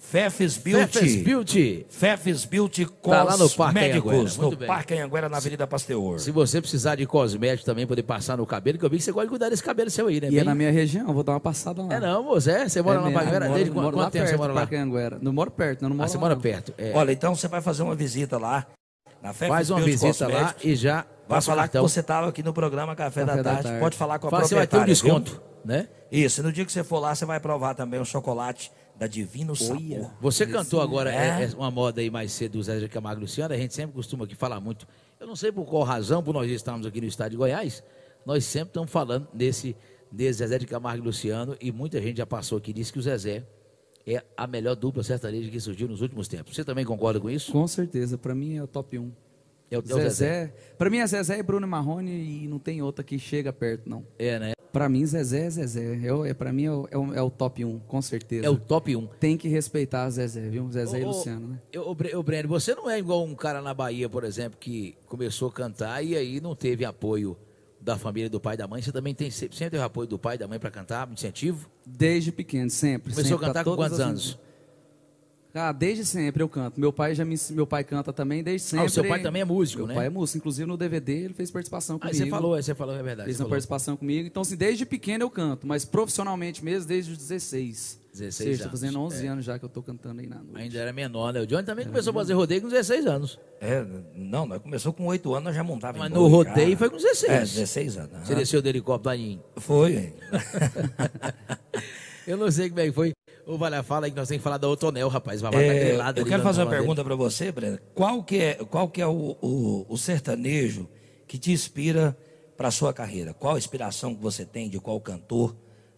Speaker 2: Fefes Beauty.
Speaker 1: Fefes Beauty.
Speaker 2: Fefes Beauty
Speaker 1: Tá lá no
Speaker 2: Cosméticos,
Speaker 1: Parque Anhanguera, muito
Speaker 2: no
Speaker 1: bem.
Speaker 2: Parque Anhanguera, na Avenida Pasteur.
Speaker 1: Se você precisar de cosmético também, poder passar no cabelo, que eu vi que você gosta de cuidar desse cabelo seu aí, né?
Speaker 4: E é na minha região, vou dar uma passada lá.
Speaker 1: É não, moço, é? Você mora lá na
Speaker 4: mesmo.
Speaker 1: Baguera?
Speaker 4: Eu
Speaker 1: Desde
Speaker 4: moro
Speaker 1: quanto, quanto
Speaker 4: lá
Speaker 1: tempo
Speaker 4: perto
Speaker 1: você mora
Speaker 4: do
Speaker 1: lá?
Speaker 4: Parque Anhanguera. Não moro perto, não, não
Speaker 1: Ah,
Speaker 4: moro
Speaker 1: você
Speaker 4: lá,
Speaker 1: mora
Speaker 4: não.
Speaker 1: perto. É.
Speaker 2: Olha, então você vai fazer uma visita lá. Na Fefes
Speaker 1: Faz uma
Speaker 2: Beauty
Speaker 1: visita lá
Speaker 2: Cosméticos.
Speaker 1: e já
Speaker 2: Vai
Speaker 1: passa o
Speaker 2: falar que
Speaker 1: cartão.
Speaker 2: você estava aqui no programa Café, da,
Speaker 3: Café da
Speaker 2: tarde.
Speaker 3: Tarde.
Speaker 2: Pode falar com a
Speaker 1: Fala, você vai ter um
Speaker 2: proprietária, viu?
Speaker 1: desconto, né?
Speaker 2: Isso, no dia que você for lá, você vai provar também o chocolate da Divino Sabor.
Speaker 1: Você cantou agora
Speaker 2: É.
Speaker 1: é, é uma moda aí mais cedo do Zé de Camargo e Luciano, a gente sempre costuma aqui falar muito. Eu não sei por qual razão, por nós estarmos aqui no estado de Goiás, nós sempre estamos falando desse, desse Zezé de Camargo e Luciano, e muita gente já passou aqui e disse que o Zezé é a melhor dupla sertaneja que surgiu nos últimos tempos. Você também concorda com isso?
Speaker 3: Com certeza, pra mim é o top 1.
Speaker 1: É o, é o
Speaker 3: Zezé. Pra mim é Zezé e Bruno Marrone e não tem outra que chega perto, não.
Speaker 1: É, né?
Speaker 3: Pra mim, Zezé é Zezé. Eu, é, pra mim é o, é o- é o top 1, com certeza.
Speaker 1: É o top 1.
Speaker 3: Tem que respeitar a Zezé, viu? Zezé e
Speaker 1: Ô, ô,
Speaker 3: Luciano, né?
Speaker 1: Eu, ô, Bre- ô, Breno, você não é igual um cara na Bahia, por exemplo, que começou a cantar e aí não teve apoio da família, do pai e da mãe. Você também tem, sempre sempre teve apoio do pai e da mãe para cantar, incentivo?
Speaker 3: Desde pequeno, sempre.
Speaker 1: Começou
Speaker 3: sempre,
Speaker 1: a cantar
Speaker 3: pra
Speaker 1: com
Speaker 3: todas
Speaker 1: quantos
Speaker 3: as-
Speaker 1: anos?
Speaker 3: Ah, desde sempre eu canto. Meu pai já me, meu pai canta também desde
Speaker 1: Ah,
Speaker 3: sempre.
Speaker 1: o seu pai também é músico,
Speaker 3: Meu
Speaker 1: né?
Speaker 3: pai é músico, inclusive no DVD ele fez participação
Speaker 1: Aí
Speaker 3: comigo.
Speaker 1: você falou, aí você falou, é verdade.
Speaker 3: Fez
Speaker 1: você
Speaker 3: uma
Speaker 1: falou.
Speaker 3: participação comigo. Então, assim, desde pequeno eu canto, mas profissionalmente mesmo desde os 16.
Speaker 1: 16
Speaker 3: Ou seja, tô
Speaker 1: anos,
Speaker 3: fazendo 11
Speaker 1: é.
Speaker 3: anos já que eu tô cantando aí na noite.
Speaker 1: Ainda era menor, né? O Johnny também começou a fazer rodeio com 16 anos.
Speaker 2: É, não, nós começou com 8 anos, nós já montava
Speaker 1: Mas
Speaker 2: em
Speaker 1: no
Speaker 2: boi,
Speaker 1: rodeio foi com 16.
Speaker 2: É, 16 anos. aham.
Speaker 1: Você desceu do helicóptero lá em...
Speaker 2: Foi.
Speaker 1: Eu não sei como é que foi. O Valha fala aí que nós temos que falar da Otonel, rapaz. Vai tá
Speaker 2: É, eu quero fazer uma pergunta para você, Breno. Qual que é, qual que é o, o- o sertanejo que te inspira para sua carreira? Qual a inspiração que você tem de qual cantor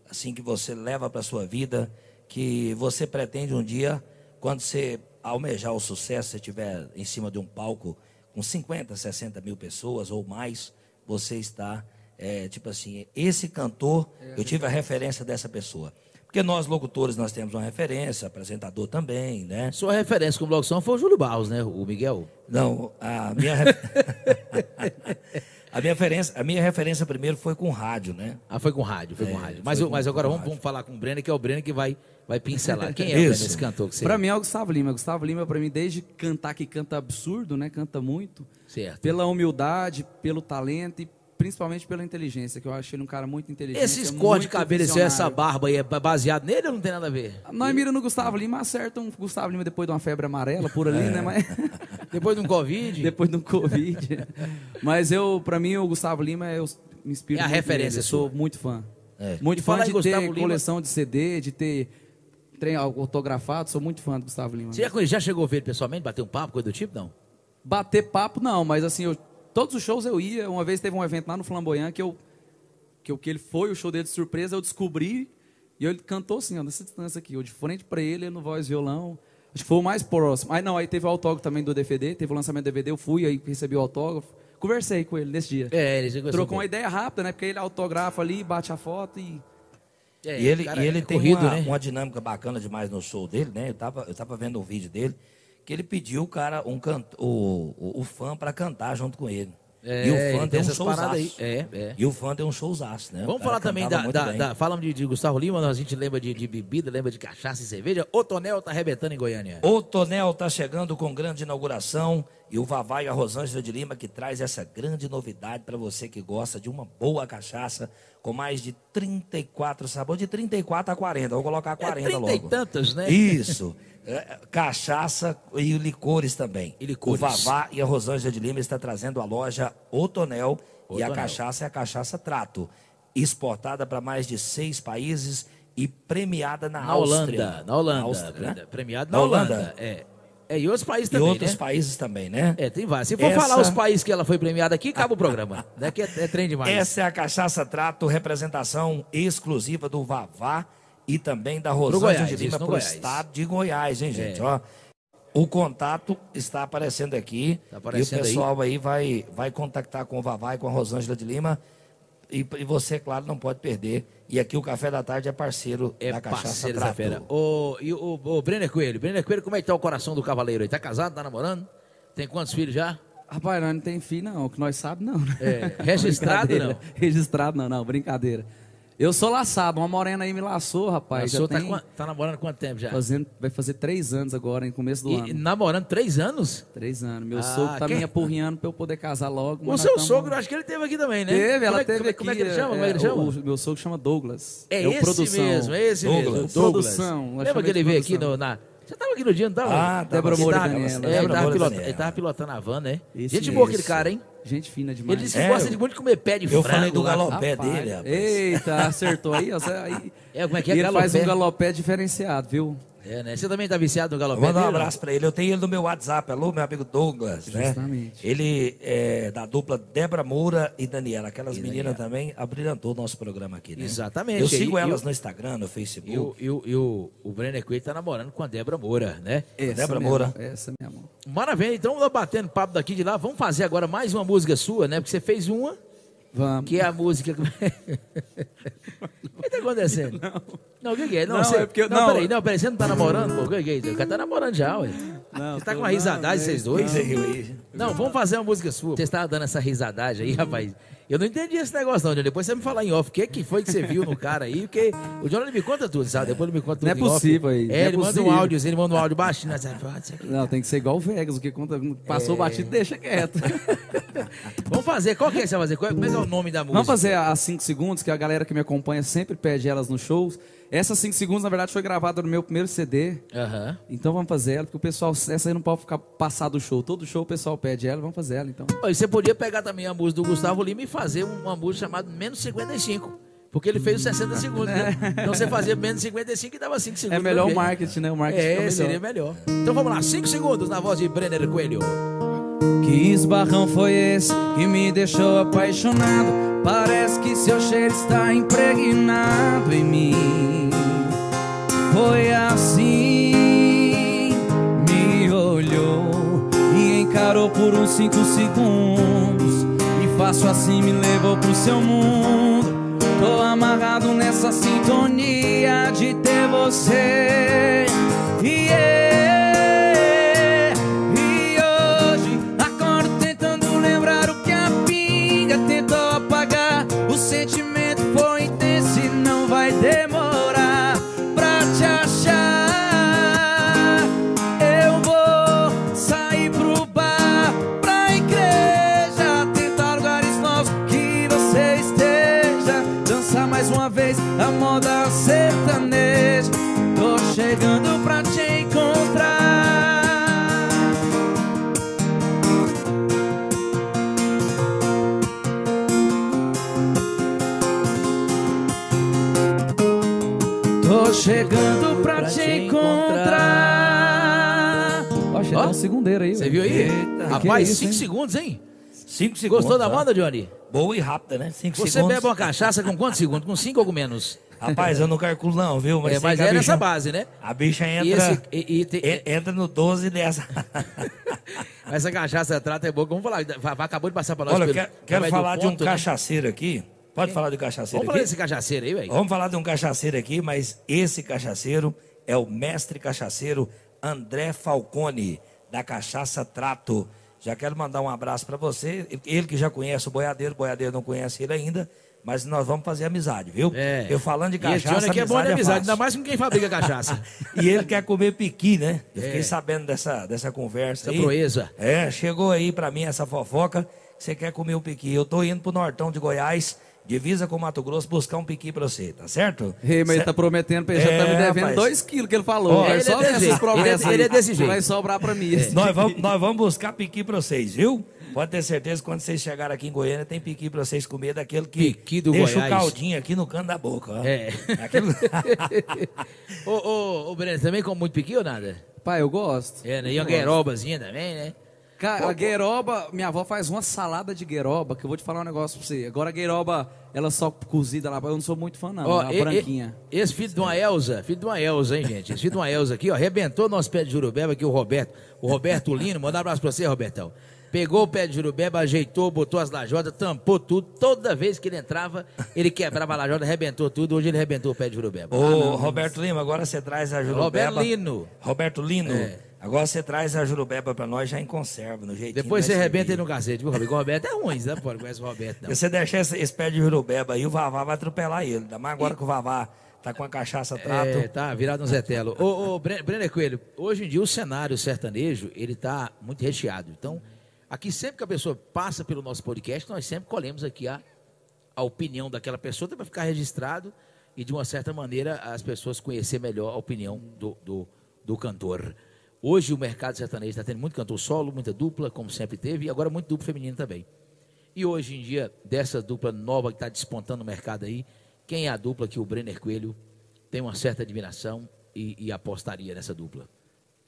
Speaker 2: assim que você leva para sua vida que você pretende um dia quando você almejar o sucesso, você estiver em cima de um palco com 50, 60 mil pessoas ou mais, você está é, tipo assim, esse cantor, eu tive a referência dessa pessoa. Porque nós, locutores, nós temos uma referência, apresentador também, né?
Speaker 1: Sua referência como locução foi o Júlio Barros, né? O Miguel.
Speaker 2: Não, a minha, re- a minha referência, a minha referência primeiro foi com rádio, né?
Speaker 1: Ah, foi com rádio, foi com rádio. Mas, o- mas agora vamos, vamos falar com o Breno, que é o Breno que vai, vai pincelar. Quem é o Breno,
Speaker 2: Isso.
Speaker 1: esse cantor que você...
Speaker 3: Pra mim é o Gustavo Lima. Gustavo Lima, pra mim, desde cantar que canta absurdo, né? Canta muito.
Speaker 1: Certo.
Speaker 3: Pela humildade, pelo talento e principalmente pela inteligência, que eu achei ele um cara muito inteligente.
Speaker 1: Esses
Speaker 3: é
Speaker 1: cortes de
Speaker 3: muito
Speaker 1: cabelo, esse- essa
Speaker 3: visionário.
Speaker 1: barba aí, é baseado nele ou não tem nada a ver?
Speaker 3: Nós mira no Gustavo Lima, acerta um Gustavo Lima depois de uma febre amarela por ali, né? Mas
Speaker 1: Depois de um Covid,
Speaker 3: depois de um Covid. Mas eu, pra mim, o Gustavo Lima, eu me inspiro.
Speaker 1: É a
Speaker 3: muito nele, assim.
Speaker 1: referência
Speaker 3: eu sou muito fã.
Speaker 2: É.
Speaker 1: E
Speaker 3: Muito
Speaker 1: falar
Speaker 3: fã
Speaker 1: em
Speaker 3: de
Speaker 1: Gustavo
Speaker 3: ter
Speaker 1: Lima-
Speaker 3: coleção de CD, de ter trem autografado. Sou muito fã do Gustavo Lima.
Speaker 1: você já, conhe- já chegou a ver ele pessoalmente, bater um papo, coisa do tipo, não?
Speaker 3: Bater papo, não, mas assim, eu- todos os shows eu ia. Uma vez teve um evento lá no Flamboyant que eu. Que, eu- que ele foi, o show dele de surpresa, eu descobri. E ele cantou assim, ó, nessa distância aqui, eu de frente pra ele, ele no voz e violão. Acho que foi o mais próximo. Aí não, aí teve o autógrafo também do DVD, teve o lançamento do DVD, eu fui, aí recebi o autógrafo. Conveei com ele nesse dia.
Speaker 1: É, ele já conheceu
Speaker 3: Trocou
Speaker 1: um
Speaker 3: uma ideia rápida, né? Porque ele autografa ali, bate a foto e.
Speaker 1: pouco. É,
Speaker 2: e ele,
Speaker 1: cara,
Speaker 2: e ele
Speaker 1: é
Speaker 2: tem
Speaker 1: corrido,
Speaker 2: uma,
Speaker 1: né?
Speaker 2: uma dinâmica bacana demais no show dele, né? Eu tava, eu tava vendo um vídeo dele que ele pediu o cara, um canto, o, o, o fã pra cantar junto com ele.
Speaker 1: É,
Speaker 2: e o
Speaker 1: ele
Speaker 2: fã
Speaker 1: tem
Speaker 2: deu um
Speaker 1: essas paradas aí.
Speaker 2: showzaço.
Speaker 1: É, é.
Speaker 2: E o fã deu um showzaço, né? O
Speaker 1: Vamos
Speaker 2: cara
Speaker 1: falar também da,
Speaker 2: cantava muito
Speaker 1: da-
Speaker 2: bem.
Speaker 1: da- falamos de, de Gustavo Lima, a gente lembra de, de bebida, lembra de cachaça e cerveja. O Tonel tá arrebentando em Goiânia.
Speaker 2: O Tonel está chegando com grande inauguração e o Vavá e a Rosângela de Lima que traz essa grande novidade para você que gosta de uma boa cachaça com mais de 34 sabores, de 34 a 40, vou colocar 40
Speaker 1: É trinta
Speaker 2: logo.
Speaker 1: e tantas, né?
Speaker 2: Isso. É, Cachaça e licores também.
Speaker 1: E licores.
Speaker 2: O Vavá e a Rosângela de Lima está trazendo a loja O Tonel
Speaker 1: O
Speaker 2: e a
Speaker 1: Tonel.
Speaker 2: cachaça é a cachaça Trato, exportada para mais de seis países e premiada na,
Speaker 1: Na
Speaker 2: Áustria.
Speaker 1: Holanda, na Holanda.
Speaker 2: Áustria, né?
Speaker 1: Premiado na, Holanda. É. É, e outros países
Speaker 2: E
Speaker 1: também,
Speaker 2: outros
Speaker 1: né?
Speaker 2: países também, né?
Speaker 1: É, tem vários. Se for
Speaker 2: Essa-
Speaker 1: falar os países que ela foi premiada aqui, acaba o programa. Daqui é, é trem demais.
Speaker 2: Essa é a Cachaça Trato, representação exclusiva do Vavá e também da Rosângela
Speaker 1: Goiás,
Speaker 2: de
Speaker 1: isso, no
Speaker 2: Lima para o
Speaker 1: Goiás. É.
Speaker 2: estado de Goiás, hein, gente? Ó, o contato está aparecendo aqui.
Speaker 1: Tá aparecendo
Speaker 2: e o
Speaker 1: aí.
Speaker 2: pessoal aí, vai, vai contactar com o Vavá e com a Rosângela de Lima. E, e você, claro, não pode perder. E aqui o Café da Tarde é parceiro
Speaker 1: É
Speaker 2: da Cachaça
Speaker 1: parceiro da
Speaker 2: Trato.
Speaker 1: fera. O, e o, o Brenner Coelho. Brenner Coelho, como é que tá o coração do cavaleiro aí? Tá casado, tá namorando? Tem quantos filhos já?
Speaker 3: Rapaz, nós não tem fim, não. O que nós sabemos, não. né?
Speaker 1: É, registrado,
Speaker 3: Brincadeira.
Speaker 1: não?
Speaker 3: Registrado, não, não. Brincadeira. Eu sou laçado. Uma morena aí me laçou,
Speaker 1: O
Speaker 3: rapaz.
Speaker 1: senhor
Speaker 3: já
Speaker 1: tá,
Speaker 3: tem-
Speaker 1: qua- tá namorando há quanto tempo já?
Speaker 3: fazendo, vai fazer três anos agora, em começo do
Speaker 1: E,
Speaker 3: um ano.
Speaker 1: namorando três anos?
Speaker 3: Três anos. Meu
Speaker 1: Ah,
Speaker 3: sogro tá
Speaker 1: quem-
Speaker 3: me apurrinhando pra eu poder casar logo.
Speaker 1: O
Speaker 3: mas nós
Speaker 1: seu
Speaker 3: tamo-
Speaker 1: sogro, eu acho que ele teve aqui também, né?
Speaker 3: Teve,
Speaker 1: como é,
Speaker 3: ela
Speaker 1: que-
Speaker 3: teve
Speaker 1: como é-
Speaker 3: aqui.
Speaker 1: Como é que ele chama? Como é que ele
Speaker 3: é,
Speaker 1: chama?
Speaker 3: o- meu sogro chama Douglas.
Speaker 1: É,
Speaker 3: o
Speaker 1: esse
Speaker 3: produção.
Speaker 1: mesmo, é esse
Speaker 2: Douglas.
Speaker 1: mesmo.
Speaker 3: Produção, eu
Speaker 1: Lembra
Speaker 3: chamei
Speaker 1: que ele
Speaker 3: de
Speaker 1: veio aqui
Speaker 3: produção.
Speaker 1: no, na... Você tava aqui no dia, não tava?
Speaker 2: Ah, tava.
Speaker 1: Débora Moura.
Speaker 3: Ele tava-
Speaker 1: Daniela.
Speaker 3: é,
Speaker 1: ele,
Speaker 2: Débora
Speaker 1: tava
Speaker 2: Moura
Speaker 1: pilota-
Speaker 2: Daniela.
Speaker 1: ele tava pilotando a van, né?
Speaker 3: Esse
Speaker 1: Gente boa
Speaker 3: mesmo.
Speaker 1: aquele cara, hein?
Speaker 3: Gente fina demais.
Speaker 1: Ele disse que
Speaker 2: É,
Speaker 1: gosta
Speaker 2: eu-
Speaker 1: de muito comer pé de
Speaker 2: eu
Speaker 1: frango.
Speaker 2: falei do
Speaker 1: lá.
Speaker 2: galopé. pé
Speaker 3: Rapaz,
Speaker 2: dele, rapaz.
Speaker 3: Eita, acertou aí, ó. você- aí
Speaker 1: É, como é que é?
Speaker 3: E ele
Speaker 1: Galopé.
Speaker 3: faz um galopé diferenciado, viu?
Speaker 1: É, né? Você também tá viciado no galopé
Speaker 2: Manda um
Speaker 1: dele, não?
Speaker 2: abraço pra ele. Eu tenho ele no meu WhatsApp. Alô, meu amigo Douglas, né?
Speaker 3: Justamente.
Speaker 2: Ele é da dupla Débora Moura e Daniela. Aquelas meninas também abrilhantou o nosso programa aqui, né?
Speaker 1: Exatamente.
Speaker 2: Eu
Speaker 1: E-
Speaker 2: sigo
Speaker 1: e
Speaker 2: elas
Speaker 1: o-
Speaker 2: no Instagram, no Facebook.
Speaker 1: E o, e o, e o, o Brenner Coelho tá namorando com a Débora Moura, né?
Speaker 3: Essa
Speaker 2: É, Débora
Speaker 3: mesmo,
Speaker 2: Moura.
Speaker 3: Essa mesmo.
Speaker 1: Maravilha, então vamos batendo papo daqui de lá. Vamos fazer agora mais uma música sua, né? Porque você fez uma,
Speaker 3: Vamos.
Speaker 1: que é a música. O que tá acontecendo? Não, o que, que é? Não,
Speaker 3: Não,
Speaker 1: você...
Speaker 3: é porque-
Speaker 1: não,
Speaker 3: não.
Speaker 1: peraí, não, peraí, você não tá namorando, pô. O que, que é isso? O cara tá namorando já, ué.
Speaker 3: Não,
Speaker 1: você tá
Speaker 3: tô-
Speaker 1: com uma risadagem,
Speaker 3: não,
Speaker 1: vocês
Speaker 3: não.
Speaker 1: dois?
Speaker 2: Você riu aí?
Speaker 1: Não, vamos fazer uma música sua. Você estava dando essa risadagem aí, rapaz. Eu não entendi esse negócio, não, Johnny. Depois você me fala em off. O que, que foi que você viu no cara aí? Porque o Johnny me conta tudo, sabe? Depois ele me conta tudo.
Speaker 3: Não é
Speaker 1: em off.
Speaker 3: possível aí, não
Speaker 1: É,
Speaker 3: é
Speaker 1: ele manda um
Speaker 3: possível.
Speaker 1: áudio, ele manda um áudio baixinho. né? Sabe? Ah, isso aqui.
Speaker 3: Não, tem que ser igual o Vegas, o que conta,
Speaker 2: É.
Speaker 3: passou batido, deixa quieto.
Speaker 1: Vamos fazer. Qual que é que você vai fazer? Qual é, como é que é o nome da música?
Speaker 3: Vamos fazer as 5 segundos, que a galera que me acompanha sempre pede elas nos shows. Essas 5 segundos, na verdade, foi gravada no meu primeiro CD.
Speaker 1: Aham.
Speaker 3: Então vamos fazer ela, porque o pessoal, essa aí não pode ficar passado o show. Todo show o pessoal pede ela, vamos fazer ela então.
Speaker 1: Ó, E você podia pegar também a música do Gustavo Lima e fazer uma música chamada Menos 55. Porque ele fez os 60 segundos, né? Então você fazia menos 55 e dava 5
Speaker 3: É
Speaker 1: segundos.
Speaker 3: melhor o
Speaker 1: ok?
Speaker 3: marketing, né? O marketing
Speaker 1: É,
Speaker 3: fica melhor.
Speaker 1: seria melhor. Então vamos lá, 5 segundos na voz de Brenner Coelho.
Speaker 3: Que esbarrão foi esse que me deixou apaixonado? Parece que seu cheiro está impregnado em mim. Foi assim, me olhou e encarou por uns cinco segundos. E fácil assim me levou pro seu mundo. Tô amarrado nessa sintonia de ter você. E eu, e hoje acordo tentando lembrar o que a pinga tentou apagar. O sentimento foi intenso e não vai demorar pra te achar. Eu vou sair pro bar, pra igreja, tentar lugares novos que você esteja. Dançar mais uma vez a moda sertaneja. Tô chegando pra te encontrar. Tô chegando pra, te encontrar. Poxa,
Speaker 1: Ó,
Speaker 3: dá um segundeiro aí.
Speaker 1: Você
Speaker 3: velho.
Speaker 1: viu aí?
Speaker 3: Eita,
Speaker 1: Rapaz,
Speaker 3: que é isso,
Speaker 1: 5
Speaker 3: hein?
Speaker 1: segundos, hein?
Speaker 2: Cinco segundos.
Speaker 1: Gostou da
Speaker 2: tá?
Speaker 1: banda, Johnny?
Speaker 2: Boa e rápida, né? Cinco
Speaker 1: Você
Speaker 2: segundos.
Speaker 1: bebe uma cachaça com quantos segundos? Com 5 ou com menos?
Speaker 2: Rapaz, eu não calculo não, viu?
Speaker 1: Mas, é,
Speaker 2: sei
Speaker 1: mas
Speaker 2: que a
Speaker 1: é
Speaker 2: bicha-
Speaker 1: nessa base, né?
Speaker 2: A bicha entra,
Speaker 1: E esse- e- e tem-
Speaker 2: en- entra no 12 dessa.
Speaker 1: Essa cachaça trata é boa. Vamos falar, vai- vai- acabou de passar pra nós.
Speaker 2: Olha, eu
Speaker 1: pelo-
Speaker 2: quero, quero
Speaker 1: através do
Speaker 2: falar de um
Speaker 1: ponto, né?
Speaker 2: cachaceiro aqui. Pode falar de cachaceiro
Speaker 1: Vamos
Speaker 2: aqui?
Speaker 1: falar desse cachaceiro aí, velho.
Speaker 2: Vamos falar de um cachaceiro aqui, mas esse cachaceiro é o mestre cachaceiro André Falcone, da Cachaça Trato. Já quero mandar um abraço para você. Ele que já conhece o boiadeiro, o boiadeiro não conhece ele ainda, mas nós vamos fazer amizade, viu?
Speaker 1: É.
Speaker 2: Eu falando de
Speaker 1: E esse
Speaker 2: cachaça.
Speaker 1: Johnny aqui é bom de amizade,
Speaker 2: fácil.
Speaker 1: ainda mais com quem fabrica cachaça.
Speaker 2: E ele quer comer piqui, né? Eu fiquei
Speaker 1: É.
Speaker 2: sabendo dessa, dessa conversa
Speaker 1: Essa
Speaker 2: aí.
Speaker 1: proeza.
Speaker 2: É, chegou aí pra mim essa fofoca. que Você quer comer um piqui? Eu tô indo pro Nortão de Goiás, divisa com Mato Grosso, buscar um piqui pra você, tá certo?
Speaker 3: Ei, mas
Speaker 2: Cê-
Speaker 3: ele tá prometendo, ele já tá me
Speaker 2: É,
Speaker 3: devendo
Speaker 2: rapaz.
Speaker 3: 2 quilos que ele falou.
Speaker 1: Ó,
Speaker 3: Quero
Speaker 1: ele é
Speaker 3: só
Speaker 1: desse
Speaker 3: ver
Speaker 1: jeito,
Speaker 3: essas promessas
Speaker 1: ele é- ele é
Speaker 3: aí.
Speaker 1: desse jeito.
Speaker 3: Vai sobrar pra mim. assim. esse
Speaker 2: Nós vamos, nós vamos buscar piqui pra vocês, viu? Pode ter certeza que quando vocês chegarem aqui em Goiânia, tem piqui pra vocês comer daquele que
Speaker 1: Piqui do
Speaker 2: deixa
Speaker 1: Goiás.
Speaker 2: o caldinho aqui no canto da boca. Ó.
Speaker 1: É.
Speaker 2: Aquilo-
Speaker 1: ô, ô, ô, Breno, também come muito piqui ou nada?
Speaker 3: Pai, eu gosto.
Speaker 1: É, né? E uma guerobazinha também, né?
Speaker 3: Cara, a gueroba, minha avó faz uma salada de gueroba, que eu vou te falar um negócio pra você. Agora a gueroba, ela só cozida lá, eu não sou muito fã não, né?
Speaker 1: Ó,
Speaker 3: a
Speaker 1: e- e-
Speaker 3: branquinha.
Speaker 1: esse filho de uma Elza, filho de uma Elza, hein, gente? Esse filho de uma Elza aqui, ó, arrebentou nosso pé de jurubeba aqui, o Roberto. O Roberto Lino, mandar um abraço pra você, Robertão. Pegou o pé de jurubeba, ajeitou, botou as lajotas, tampou tudo. Toda vez que ele entrava, ele quebrava a lajota, arrebentou tudo. Hoje ele arrebentou o pé de jurubeba.
Speaker 2: Ô, Roberto Lima, agora você traz a Jurubeba.
Speaker 1: Roberto Lino.
Speaker 2: Roberto Lino.
Speaker 1: É.
Speaker 2: Agora você traz a Jurubeba pra nós já em conserva, no jeitinho. né,
Speaker 1: Depois você
Speaker 2: vai
Speaker 1: arrebenta
Speaker 2: servir.
Speaker 1: ele então. no cacete, viu, Roberto? Porque O Roberto é ruim, você não pode conhece o Roberto, não.
Speaker 2: Se você deixar esse, esse pé de Jurubeba aí, o Vavá vai atropelar ele. Ainda mais agora que o Vavá tá com a cachaça trato.
Speaker 1: É, tá, virado um zetelo. Ô, ô Bre- Brenner Coelho, hoje em dia o cenário sertanejo, ele tá muito recheado. Então, aqui sempre que a pessoa passa pelo nosso podcast, nós sempre colhemos aqui a, a opinião daquela pessoa, para ficar registrado e, de uma certa maneira, as pessoas conhecer melhor a opinião do, do, do cantor. Hoje o mercado sertanejo está tendo muito cantor solo, muita dupla, como sempre teve, e agora muito dupla feminina também. E hoje em dia, dessa dupla nova que está despontando no mercado aí, quem é a dupla que o Brenner Coelho tem uma certa admiração e, e apostaria nessa dupla?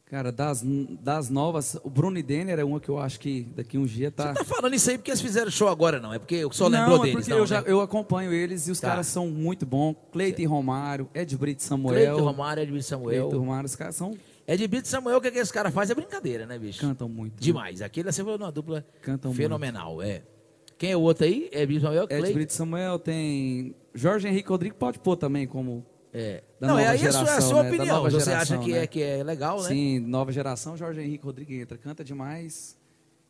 Speaker 4: Cara, das, das novas, o Bruno e Denner é uma que eu acho que daqui um dia tá.
Speaker 1: Tá falando isso aí porque eles fizeram show agora, não. É porque eu só lembrou
Speaker 4: não, é
Speaker 1: deles.
Speaker 4: porque
Speaker 1: não,
Speaker 4: eu, já,
Speaker 1: né?
Speaker 4: eu acompanho eles e os
Speaker 1: Tá.
Speaker 4: caras são muito bons. Cleiton e Romário, Ed Brito e Samuel.
Speaker 1: Cleito Romário, Edmilson Samuel.
Speaker 4: Cleiton e Romário, os caras são,
Speaker 1: Edmilson Samuel, o que, é que esse cara faz é brincadeira, né, bicho?
Speaker 4: cantam muito.
Speaker 1: Demais. Aquele você falou uma dupla
Speaker 4: Cantam
Speaker 1: fenomenal, é. Quem é o outro aí? É Edmilson Samuel,
Speaker 4: Ed
Speaker 1: Cleito?
Speaker 4: Brito e Samuel tem. Jorge Henrique Rodrigues pode pôr também como.
Speaker 1: É.
Speaker 4: Da
Speaker 1: não, é,
Speaker 4: nova
Speaker 1: isso é a
Speaker 4: geração,
Speaker 1: sua
Speaker 4: né? Da
Speaker 1: opinião.
Speaker 4: nova
Speaker 1: Você
Speaker 4: geração,
Speaker 1: acha que,
Speaker 4: né?
Speaker 1: é, que é legal, né?
Speaker 4: Sim, nova geração, Jorge Henrique Rodrigues entra, canta demais.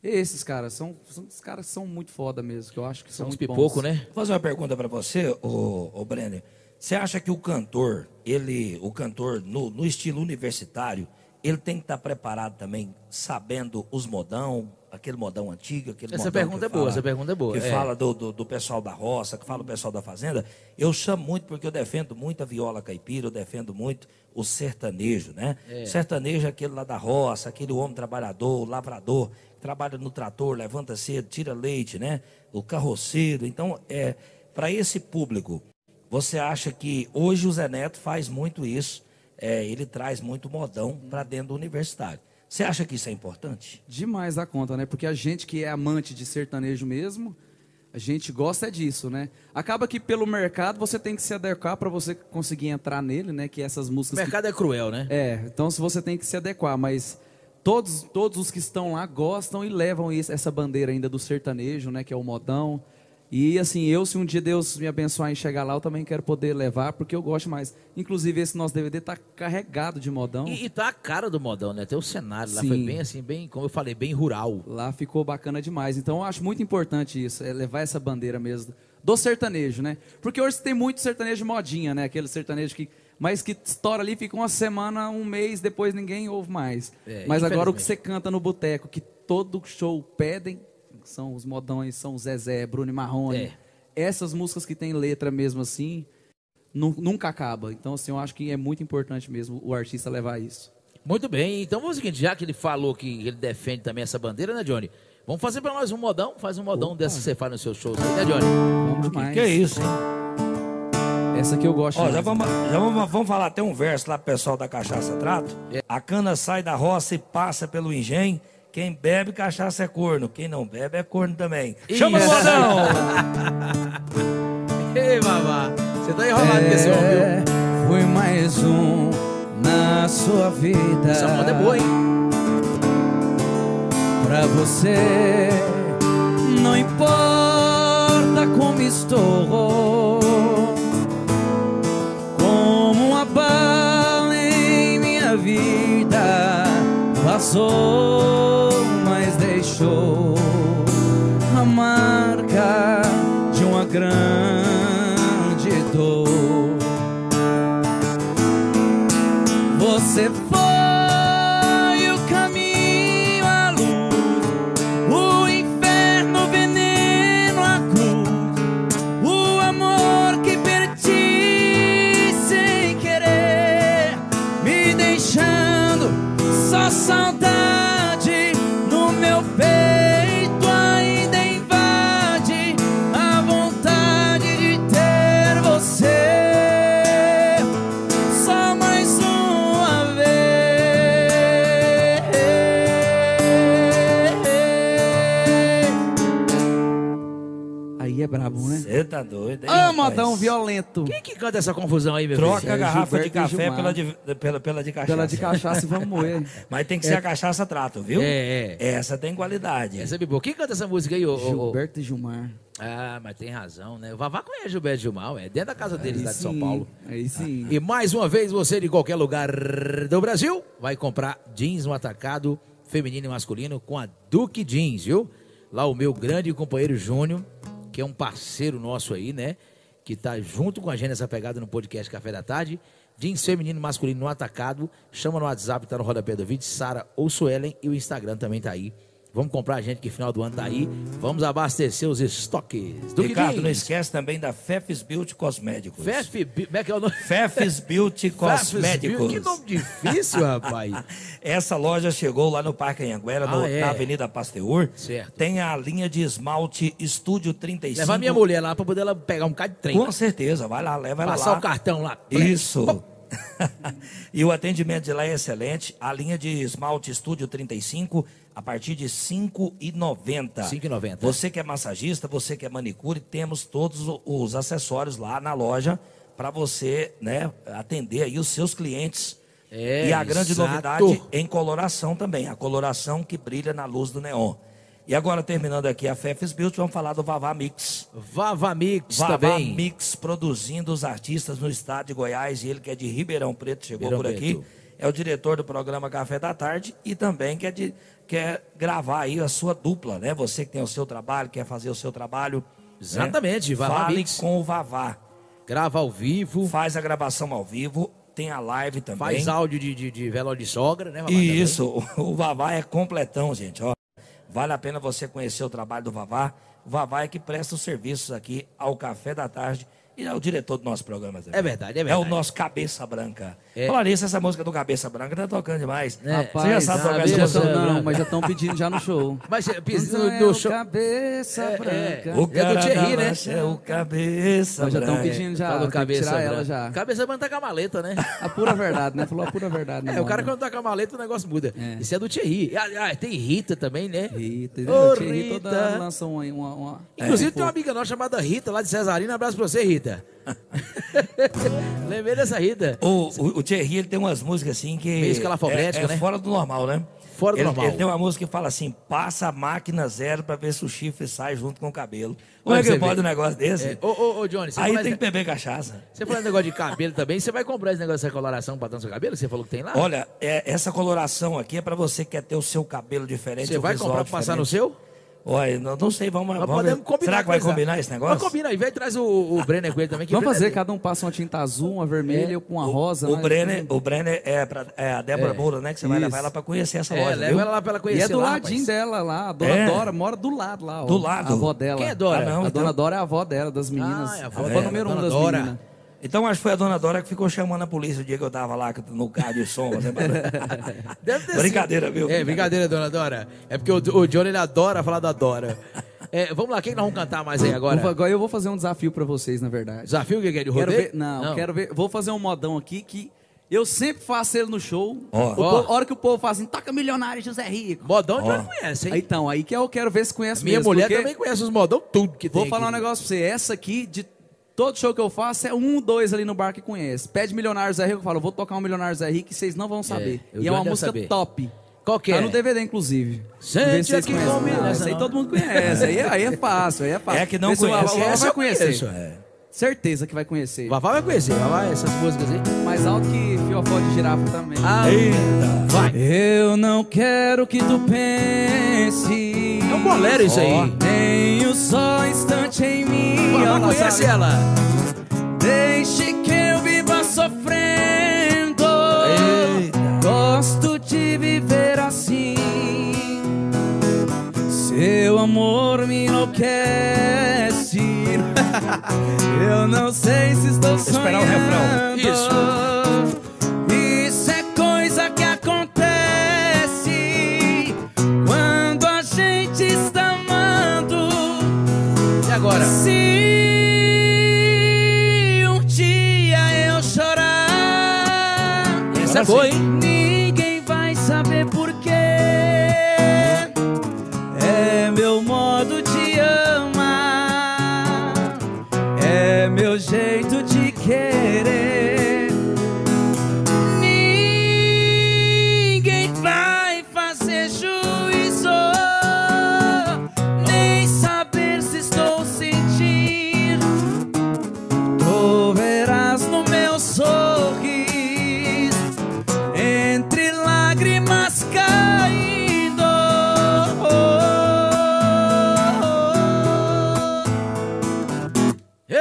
Speaker 4: E esses caras, são, são, os caras são muito foda mesmo, que eu acho que
Speaker 1: São
Speaker 4: são,
Speaker 1: uns
Speaker 4: muito
Speaker 1: pipoco,
Speaker 4: bons.
Speaker 1: né?
Speaker 2: Vou fazer uma pergunta para você, ô, ô Brenner. Você acha que o cantor, ele, o cantor no, no estilo universitário, ele tem que estar preparado também, sabendo os modão, aquele modão antigo, aquele
Speaker 1: Essa
Speaker 2: modão
Speaker 1: pergunta
Speaker 2: que
Speaker 1: é boa,
Speaker 2: fala-
Speaker 1: essa pergunta é boa,
Speaker 2: Que
Speaker 1: é.
Speaker 2: fala do, do, do pessoal da roça, que fala o pessoal da fazenda. Eu chamo muito porque eu defendo muito a viola caipira, eu defendo muito o sertanejo, né? O Sertanejo é aquele lá da roça, aquele homem trabalhador, o lavrador, que trabalha no trator, levanta cedo, tira leite, né? O carroceiro. Então, é para esse público, você acha que hoje o Zé Neto faz muito isso? é, ele traz muito modão para dentro do universitário. Você acha que isso é importante?
Speaker 4: Demais da conta, né? Porque a gente que é amante de sertanejo mesmo, a gente gosta é disso, né? Acaba que pelo mercado você tem que se adequar pra você conseguir entrar nele, né? Que essas
Speaker 1: O
Speaker 4: músicas. que-
Speaker 1: mercado é cruel, né?
Speaker 4: É, então se você tem que se adequar, mas todos, todos os que estão lá gostam e levam isso- essa bandeira ainda do sertanejo, né? Que é o modão. E assim, eu, se um dia Deus me abençoar em chegar lá, eu também quero poder levar, porque eu gosto mais. Inclusive, esse nosso DVD tá carregado de modão.
Speaker 1: E, e tá a cara do modão, né? Tem o cenário lá,
Speaker 4: Sim.
Speaker 1: foi bem assim, bem, como eu falei, bem rural.
Speaker 4: Lá ficou bacana demais. Então eu acho muito importante isso, é levar essa bandeira mesmo do sertanejo, né? Porque hoje tem muito sertanejo modinha, né? Aquele sertanejo que mas que estoura ali, fica uma semana, um mês, depois ninguém ouve mais.
Speaker 1: É,
Speaker 4: mas agora o que
Speaker 1: infelizmente.
Speaker 4: você canta no boteco, que todo show pedem, são os modões, são Zezé, Bruno e Marrone.
Speaker 1: É.
Speaker 4: Essas músicas que tem letra mesmo assim, nu- nunca acaba. Então assim, eu acho que é muito importante mesmo o artista levar isso.
Speaker 1: Muito bem, então vamos o seguinte, já que ele falou que ele defende também essa bandeira, né, Johnny? Vamos fazer pra nós um modão, faz um modão dessa que você faz nos seus shows aí, né, Johnny?
Speaker 4: Vamos demais.
Speaker 2: Que é isso, hein?
Speaker 4: Essa que eu gosto.
Speaker 2: Ó,
Speaker 4: mais.
Speaker 2: já vamos, já vamos, vamos falar até um verso lá pro pessoal da Cachaça Trato.
Speaker 4: É.
Speaker 2: A cana sai da roça e passa pelo engenho. Quem bebe cachaça é corno, quem não bebe é corno também. Chama o
Speaker 4: é
Speaker 1: Isso.
Speaker 2: modão!
Speaker 1: Ei, babá, você tá enrolado com esse homem, viu?
Speaker 3: É, Fui mais um na sua vida.
Speaker 1: Essa moda é boa, hein?
Speaker 3: Pra você, não importa como estou, como uma bala em minha vida passou, mas deixou a marca de uma grande dor. Você foi o caminho, a luz, o inferno, o veneno, a cruz, o amor que perdi sem querer, me deixando só saudade no meu peito. Ainda invade a vontade de ter você só mais uma vez.
Speaker 4: Aí é brabo, né?
Speaker 2: Você tá doido, hein?
Speaker 4: Ah,
Speaker 2: rapaz?
Speaker 4: modão violento.
Speaker 1: Quem que canta essa confusão aí, meu filho?
Speaker 2: Troca a
Speaker 4: É
Speaker 2: garrafa de
Speaker 4: Gilberto e
Speaker 2: café
Speaker 4: Gilmar.
Speaker 2: pela de, pela, pela de cachaça.
Speaker 4: Pela de cachaça e vamos moer. É.
Speaker 2: Mas tem que ser a cachaça trato, viu?
Speaker 1: É, é.
Speaker 2: Essa tem qualidade.
Speaker 1: Essa é bem boa. Quem canta essa música aí, ô? ô, ô?
Speaker 4: Gilberto e Gilmar.
Speaker 1: Ah, mas tem razão, né? O Vavá conhece Gilberto Gilmar, é dentro da casa deles
Speaker 4: Aí
Speaker 1: lá de São
Speaker 4: sim,
Speaker 1: Paulo.
Speaker 4: Aí sim.
Speaker 1: E mais uma vez, você de qualquer lugar do Brasil vai comprar jeans no atacado, feminino e masculino, com a Duque Jeans, viu? Lá o meu grande companheiro Júnior, que é um parceiro nosso aí, né? Que tá junto com a gente nessa pegada no podcast Café da Tarde. Jeans feminino e masculino no atacado. Chama no WhatsApp, tá no rodapé do vídeo, Sara ou Suelen. E o Instagram também tá aí. Vamos comprar gente que final do ano tá aí. Vamos abastecer os
Speaker 4: é
Speaker 1: estoques. Do
Speaker 2: Ricardo, não esquece também da Fefis Beauty Cosméticos.
Speaker 1: Fef, como é que é o nome?
Speaker 2: Fefis Beauty Cosméticos.
Speaker 1: Que nome difícil, rapaz.
Speaker 2: Essa loja chegou lá no Parque Anhanguera, no-
Speaker 1: Ah, é.
Speaker 2: na Avenida Pasteur.
Speaker 1: Certo.
Speaker 2: Tem a linha de esmalte Estúdio 35.
Speaker 1: Levar minha mulher lá pra poder ela pegar um bocado de trem.
Speaker 2: Com certeza, vai lá, leva ela lá.
Speaker 1: Passar o cartão lá.
Speaker 2: Isso. e o atendimento de lá é excelente. A linha de esmalte Estúdio 35 a partir de R$ 5,90.
Speaker 1: 5,90.
Speaker 2: Você que é massagista, você que é manicure, temos todos o- os acessórios lá na loja para você, né, atender aí os seus clientes.
Speaker 1: É,
Speaker 2: e a grande
Speaker 1: exato.
Speaker 2: novidade em coloração também, a coloração que brilha na luz do neon. E agora terminando aqui a Fefes Beauty, vamos falar do Vavá Mix.
Speaker 1: Vava Mix
Speaker 2: Vavá
Speaker 1: também.
Speaker 2: Mix produzindo os artistas no estado de Goiás e ele que é de Ribeirão Preto, chegou
Speaker 1: Ribeirão
Speaker 2: por aqui.
Speaker 1: Preto.
Speaker 2: É o diretor do programa Café da Tarde e também quer, de, quer gravar aí a sua dupla, né? Você que tem o seu trabalho, quer fazer o seu trabalho.
Speaker 1: Exatamente,
Speaker 2: né?
Speaker 1: Vavá
Speaker 2: Fale
Speaker 1: Mix.
Speaker 2: com o Vavá.
Speaker 1: Grava ao vivo.
Speaker 2: Faz a gravação ao vivo, tem a live também.
Speaker 1: Faz áudio de, de, de velório de sogra, né? Vavá, também?
Speaker 2: Isso, o Vavá é completão, gente. Ó, vale a pena você conhecer o trabalho do Vavá. O Vavá é que presta os serviços aqui ao Café da Tarde e é o diretor do nosso programa também.
Speaker 1: É verdade, é
Speaker 2: É
Speaker 1: verdade.
Speaker 2: o nosso Cabeça Branca.
Speaker 1: É.
Speaker 2: Falar nisso, essa música do Cabeça Branca tá tocando demais.
Speaker 1: Ah,
Speaker 4: É, Rapaz,
Speaker 2: você já sabe tocar essa
Speaker 1: cabeça
Speaker 4: cabeça
Speaker 2: música?
Speaker 1: branca.
Speaker 4: Não, mas já estão pedindo já no show.
Speaker 1: Mas é, pis-
Speaker 4: Não
Speaker 1: né? no,
Speaker 4: é
Speaker 1: no
Speaker 4: o
Speaker 1: show.
Speaker 4: Cabeça
Speaker 1: É, é.
Speaker 4: branca.
Speaker 1: O- É do Thierry,
Speaker 2: da
Speaker 1: né?
Speaker 2: lancha É o Cabeça
Speaker 4: Mas já tão
Speaker 2: Branca.
Speaker 4: pedindo. já,
Speaker 1: tá
Speaker 4: tem
Speaker 1: no
Speaker 4: que
Speaker 1: cabeça
Speaker 4: tirar ela
Speaker 1: branca.
Speaker 4: já.
Speaker 1: Cabeça branca tá com a maleta, né?
Speaker 4: A pura verdade, né? Falou a pura verdade. na
Speaker 1: É, o cara
Speaker 4: moda.
Speaker 1: quando tá com a maleta o negócio muda.
Speaker 4: né? É.
Speaker 1: Isso é do Thierry. Ah, ah, tem Rita também, né?
Speaker 4: Rita,
Speaker 1: Ô,
Speaker 4: entendeu? Thierry toda
Speaker 1: Rita.
Speaker 4: hora lança uma, uma, uma...
Speaker 1: Inclusive
Speaker 2: É,
Speaker 4: Pô,
Speaker 1: tem uma amiga nossa chamada Rita, lá de Cesarina. Abraço pra você, Rita. Lembrei dessa Rita.
Speaker 2: O, o, o Thierry ele tem umas músicas assim que.
Speaker 1: Meio escalafobética,
Speaker 2: é, é
Speaker 1: né?
Speaker 2: Fora do normal, né?
Speaker 1: Fora do
Speaker 2: Ele-
Speaker 1: normal.
Speaker 2: Ele tem uma música que fala assim: passa a máquina zero pra ver se o chifre sai junto com o cabelo. Como
Speaker 1: Olha
Speaker 2: é que
Speaker 1: você
Speaker 2: pode
Speaker 1: vê.
Speaker 2: um negócio desse?
Speaker 1: É, Ô, é ô, ô, Johnny, você
Speaker 2: Aí
Speaker 1: falou
Speaker 2: tem que
Speaker 1: esse-
Speaker 2: beber cachaça.
Speaker 1: você falou esse negócio de cabelo também. Você vai comprar esse negócio dessa coloração pra dar no seu cabelo que você falou que tem lá?
Speaker 2: Olha, é- essa coloração aqui é pra você que quer ter o seu cabelo diferente.
Speaker 1: você
Speaker 2: o
Speaker 1: vai
Speaker 2: visual
Speaker 1: comprar pra passar no
Speaker 2: diferente.
Speaker 1: seu?
Speaker 2: Olha, não, não sei, vamos,
Speaker 1: Nós
Speaker 2: vamos
Speaker 1: podemos
Speaker 2: ver.
Speaker 1: combinar.
Speaker 2: Será que vai
Speaker 1: com essa-
Speaker 2: combinar esse negócio?
Speaker 1: Nós combina aí, vem traz o, o Brenner com ele também. que É,
Speaker 4: Vamos
Speaker 1: o Brenner
Speaker 4: fazer, cada um passa uma tinta azul, uma vermelha, eu com uma
Speaker 2: O-
Speaker 4: rosa.
Speaker 2: O,
Speaker 4: né?
Speaker 2: Brenner, o Brenner é, pra, é a Débora
Speaker 1: É,
Speaker 2: Moura, né? Que você vai
Speaker 4: isso.
Speaker 2: levar ela pra conhecer essa
Speaker 1: É,
Speaker 2: loja.
Speaker 1: leva
Speaker 2: viu?
Speaker 1: ela lá pra ela
Speaker 4: E
Speaker 1: conhecer.
Speaker 4: é do
Speaker 1: lá,
Speaker 4: ladinho
Speaker 1: rapaz.
Speaker 4: dela lá. A dona
Speaker 2: É.
Speaker 4: Dora mora do lado lá. Ó,
Speaker 2: Do lado?
Speaker 4: A avó dela.
Speaker 1: Quem é Dora?
Speaker 2: Ah, não,
Speaker 4: a
Speaker 2: então-
Speaker 4: dona Dora é a avó dela, das meninas.
Speaker 1: Ah, é a
Speaker 4: a
Speaker 1: avó
Speaker 4: avó
Speaker 1: dela,
Speaker 4: número
Speaker 1: dona
Speaker 4: um das
Speaker 1: Dora.
Speaker 4: meninas.
Speaker 2: Então acho que foi a dona Dora que ficou chamando a polícia o dia que eu tava lá no carro de som. né?
Speaker 1: Deve ter sido.
Speaker 2: Brincadeira, viu?
Speaker 1: É, brincadeira, dona Dora. É porque o, o Johnny ele adora falar da Dora. É, vamos lá, quem nós vamos cantar mais aí
Speaker 4: Eu vou-
Speaker 1: agora?
Speaker 4: Agora eu vou fazer um desafio pra vocês, na verdade.
Speaker 1: Desafio que é de
Speaker 4: Quero
Speaker 1: rodeio?
Speaker 4: ver, não, quero ver. Vou fazer um modão aqui que eu sempre faço ele no show.
Speaker 2: Ó.
Speaker 4: O
Speaker 2: Ó.
Speaker 4: povo- a hora que o povo fala assim, toca milionário José Rico.
Speaker 1: Modão o Johnny
Speaker 2: Ó.
Speaker 1: conhece, hein?
Speaker 4: Aí, então, aí que eu quero ver se conhece
Speaker 1: Minha
Speaker 4: mesmo,
Speaker 1: mulher
Speaker 4: porque
Speaker 1: também conhece os modão tudo que tem
Speaker 4: Vou falar um
Speaker 1: aqui.
Speaker 4: negócio pra você. Essa aqui, de todo show que eu faço, é um, dois ali no bar que conhece. Pede Milionário Zé Rico, eu falo, vou tocar um Milionário Zé Rico e vocês não vão saber.
Speaker 1: eu
Speaker 4: e é
Speaker 1: já
Speaker 4: uma
Speaker 1: devo
Speaker 4: música
Speaker 1: saber.
Speaker 4: top.
Speaker 1: Qual que é?
Speaker 4: Tá no DVD, inclusive.
Speaker 1: Sente
Speaker 4: Vê se vocês
Speaker 1: aqui né,
Speaker 4: conhecem.
Speaker 1: comigo.
Speaker 4: Não, essa aí todo mundo conhece. aí, é- aí é fácil, aí é fácil.
Speaker 2: É que não
Speaker 4: Vê se o
Speaker 2: conhece.
Speaker 4: Vavá- o Vavá
Speaker 1: Essa eu
Speaker 4: vai
Speaker 1: conheço.
Speaker 4: conhecer.
Speaker 2: É.
Speaker 4: Certeza que vai conhecer.
Speaker 1: Vavá vai conhecer, Vavá, essas músicas aí.
Speaker 4: Mais alto que fiofó de girafa também.
Speaker 1: Ah,
Speaker 2: Eita!
Speaker 1: vai.
Speaker 4: Eu não quero que tu pense.
Speaker 1: É um bolero isso aí.
Speaker 4: Tenho um só instante em mim.
Speaker 1: Vavá
Speaker 4: Olha lá,
Speaker 1: conhece
Speaker 4: sabe?
Speaker 1: ela.
Speaker 4: Deixe que eu viva sofrendo.
Speaker 2: Eita.
Speaker 4: Gosto de viver assim. Seu amor me enlouquece. eu não sei se estou
Speaker 2: Esperar o
Speaker 4: sonhando.
Speaker 2: refrão.
Speaker 4: Isso. Isso é coisa que acontece quando a gente está amando.
Speaker 1: E agora?
Speaker 4: Se um dia eu chorar,
Speaker 1: Essa é boa,
Speaker 2: Agora sim.
Speaker 1: hein?
Speaker 4: ninguém vai saber porquê. É meu modo de amar, é meu jeito de querer. Ninguém vai fazer juízo, nem saber se estou sentindo. Tu verás no meu sorriso entre lágrimas caem.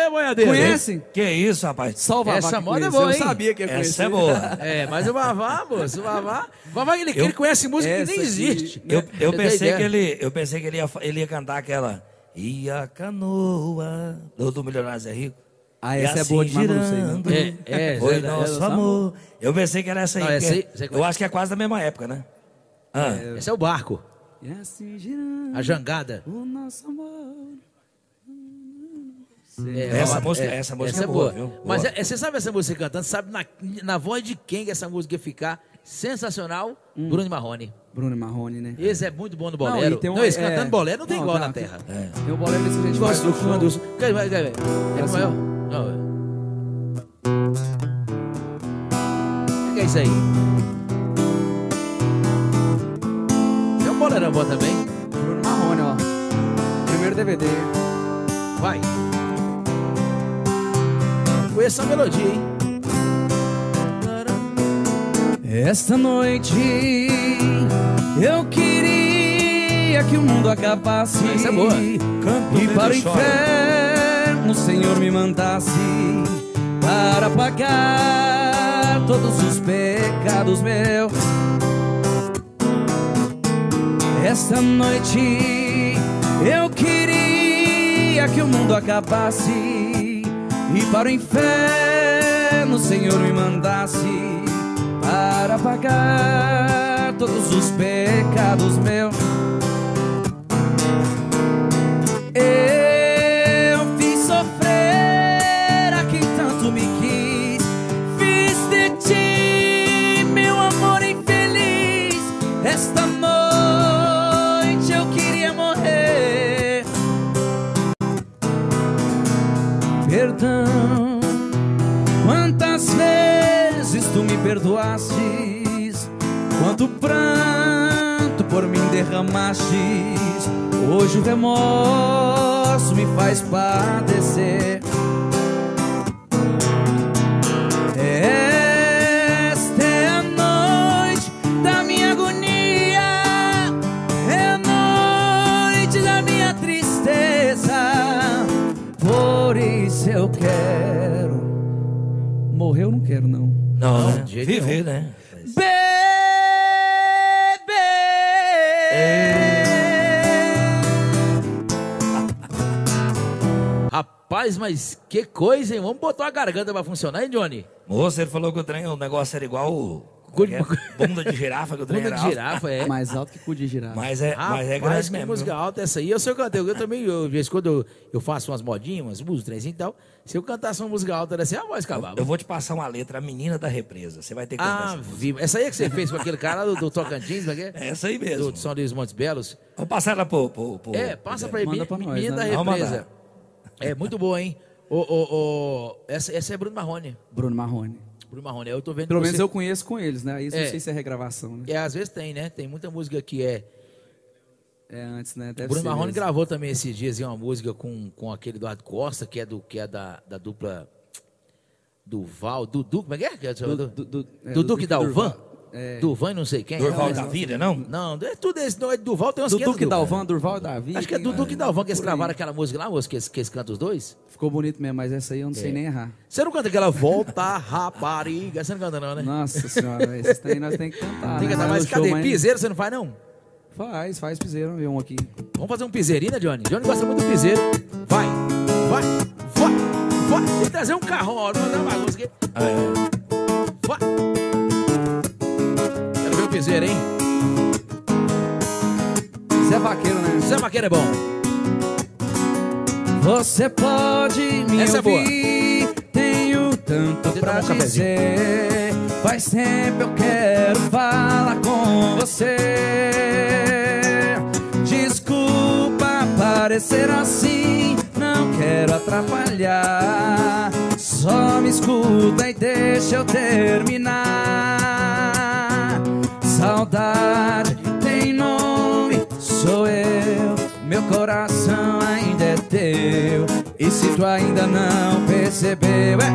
Speaker 1: brincadeira.
Speaker 4: Conhecem?
Speaker 2: Que isso, rapaz?
Speaker 4: Salva a
Speaker 1: Essa
Speaker 4: vaca com
Speaker 1: moda é
Speaker 4: isso.
Speaker 1: boa,
Speaker 4: Eu
Speaker 1: hein?
Speaker 4: sabia que ia
Speaker 2: Essa é
Speaker 4: conhecer.
Speaker 2: boa.
Speaker 1: É, mas o Vavá, moço, o Vavá. Vavá, ele, ele conhece música que
Speaker 4: essa
Speaker 1: nem
Speaker 4: aqui-
Speaker 1: existe.
Speaker 2: Eu, eu
Speaker 1: Você tem
Speaker 2: pensei
Speaker 1: é ideia?
Speaker 2: que ele, eu pensei que ele ia, fa- ele ia cantar aquela e a canoa do, do Milionários é Rico.
Speaker 4: Ah,
Speaker 2: E assim
Speaker 4: essa é boa demais, mas não sei, não.
Speaker 2: girando,
Speaker 1: É, é,
Speaker 2: foi
Speaker 1: essa-
Speaker 2: nosso
Speaker 4: essa-
Speaker 2: amor. Eu pensei que era essa aí.
Speaker 1: Não, essa
Speaker 2: porque
Speaker 1: aí- você
Speaker 2: eu
Speaker 1: conhece?
Speaker 2: acho que é quase da mesma época, né? Ah,
Speaker 1: Esse é o barco,
Speaker 4: E assim girando
Speaker 1: a jangada.
Speaker 4: o nosso amor.
Speaker 1: É,
Speaker 2: Essa
Speaker 1: Vavá,
Speaker 2: música- essa música é boa, viu?
Speaker 1: Mas
Speaker 2: Boa.
Speaker 1: é- é- você sabe essa música cantando, sabe na, na voz de quem que essa música ia ficar sensacional? Bruno e Marrone.
Speaker 4: Bruno e Marrone, né?
Speaker 1: Esse é muito bom no
Speaker 4: Não, e
Speaker 1: bolero. Não,
Speaker 4: tem um-
Speaker 1: esse
Speaker 4: é.
Speaker 1: cantando bolero não tem
Speaker 4: Não,
Speaker 1: igual
Speaker 4: tá,
Speaker 1: na
Speaker 4: tem-
Speaker 1: terra.
Speaker 4: Eu bolo desse que a gente
Speaker 1: Gosto
Speaker 4: faz no
Speaker 1: quando.
Speaker 4: show.
Speaker 1: Quer ver, quer ver? É
Speaker 4: Essa-
Speaker 1: como é? Não, é. O que é isso aí? É um bolerão bom também.
Speaker 4: Bruno Marrone, ó. Primeiro DVD.
Speaker 1: Vai. Conheço a melodia, hein?
Speaker 4: Esta noite eu queria que o mundo acabasse.
Speaker 1: Essa é boa.
Speaker 2: canto
Speaker 4: E
Speaker 2: dele
Speaker 4: para o
Speaker 2: chora.
Speaker 4: inferno o Senhor me mandasse para pagar todos os pecados meus. Esta noite eu queria que o mundo acabasse e para o inferno o Senhor me mandasse para pagar todos os pecados meus. Eu fiz sofrer a quem tanto me quis. Fiz de ti meu amor infeliz. Esta noite eu queria morrer. Perdão, quantas vezes tu me perdoastes, quanto pranto por mim derramastes. Hoje o remorso me faz padecer. Esta é a noite da minha agonia, é a noite da minha tristeza. Por isso eu quero. Morrer eu não quero, não.
Speaker 2: Não, né?
Speaker 1: de jeito
Speaker 2: Viver, né?
Speaker 4: Bebê!
Speaker 1: Rapaz, mas que coisa, hein? Vamos botar a garganta pra funcionar, hein, Johnny?
Speaker 2: Moça, ele falou que o trem, o negócio era igual o-
Speaker 1: Cu-
Speaker 2: que é? bunda de girafa que o trem
Speaker 1: Bunda
Speaker 2: era
Speaker 1: de
Speaker 2: alto.
Speaker 1: girafa, é.
Speaker 4: Mais alto que cu de girafa.
Speaker 2: Mas é, mas é
Speaker 1: Rapaz,
Speaker 2: grande
Speaker 1: que
Speaker 2: mesmo.
Speaker 1: música
Speaker 2: viu?
Speaker 1: alta essa aí. Eu, se eu cantei, eu também, eu, de vez em quando eu, eu faço umas modinhas, umas músicas, trenzinho e tal. Se eu cantasse uma música alta dessa, a voz acabava.
Speaker 2: Eu vou te passar uma letra, a menina da represa. Você vai ter que cantar
Speaker 1: Ah,
Speaker 2: essa música.
Speaker 1: vi. Essa aí é que você fez com aquele cara do, do Tocantins, como é que
Speaker 2: É
Speaker 1: é?
Speaker 2: essa aí mesmo.
Speaker 1: Do São Luís Montes Belos.
Speaker 2: Vamos passar ela pro, pro, pro-
Speaker 1: É,
Speaker 2: pro
Speaker 1: passa
Speaker 2: Daniel.
Speaker 1: pra ele,
Speaker 4: Manda pra nós,
Speaker 1: menina
Speaker 4: né?
Speaker 1: da
Speaker 2: Vamos
Speaker 1: represa. É muito boa, hein? Ô, ô, ô, essa, essa é Bruno Marrone.
Speaker 4: Bruno Marrone.
Speaker 1: Bruno Marrone, eu tô vendo
Speaker 4: Pelo
Speaker 1: você-
Speaker 4: menos eu conheço com eles, né? Isso
Speaker 1: É.
Speaker 4: não sei se é regravação, né?
Speaker 1: É, às vezes tem, né? Tem muita música que é.
Speaker 4: É antes, né? Deve
Speaker 1: O Bruno
Speaker 4: ser
Speaker 1: Marrone
Speaker 4: mesmo.
Speaker 1: gravou também esses dias aí uma música com, com aquele Eduardo Costa, que é, do, que é da, da dupla Duval, Dudu, como é que é? Que é o
Speaker 4: Du-
Speaker 1: do,
Speaker 4: du- du- é,
Speaker 1: Dudu que
Speaker 4: Duque
Speaker 1: Dalvan?
Speaker 4: Durval. É.
Speaker 1: Durvan e não sei quem.
Speaker 2: Durval da Vida, não?
Speaker 1: Não, não é tudo esse, não é Duval, tem umas
Speaker 4: Dudu
Speaker 1: 500
Speaker 4: que
Speaker 1: mil.
Speaker 4: Dalvan, Durval e Davi.
Speaker 1: Acho que é
Speaker 4: quem-
Speaker 1: Dudu que Dalvan que eles
Speaker 4: por aí.
Speaker 1: gravaram aquela música lá, moço, que eles, que eles cantam os dois.
Speaker 4: Ficou bonito mesmo, mas essa aí eu não
Speaker 1: É.
Speaker 4: sei nem errar.
Speaker 1: Você não canta aquela Volta Rapariga? Você não canta não, né?
Speaker 4: Nossa senhora, esses tem, nós tem que cantar.
Speaker 1: Tem que
Speaker 4: né?
Speaker 1: cantar
Speaker 4: Mas
Speaker 1: mais.
Speaker 4: no show,
Speaker 1: Cadê?
Speaker 4: mas-
Speaker 1: Piseiro você não faz não?
Speaker 4: Faz, faz piseiro, vamos ver um aqui.
Speaker 1: Vamos fazer um piseirinho, né, Johnny? Johnny gosta muito do piseiro. Vai, vai, vai, vai. Tem que trazer um carrão, ó. Não dá uma bagunça aqui.
Speaker 2: Ah, é.
Speaker 1: Vai. Quero ver o piseiro, hein?
Speaker 4: Você é vaqueiro, né?
Speaker 1: Zé Maqueira é bom.
Speaker 4: Você pode me
Speaker 1: Essa é boa.
Speaker 4: ouvir, tenho tanto
Speaker 1: Deixa eu
Speaker 4: pra
Speaker 1: tomar um cafezinho.
Speaker 4: dizer. Faz tempo eu quero falar com você. Desculpa parecer assim, não quero atrapalhar. Só me escuta e deixa eu terminar. Saudade tem nome, sou eu. Meu coração ainda é teu. E se tu ainda não percebeu, é.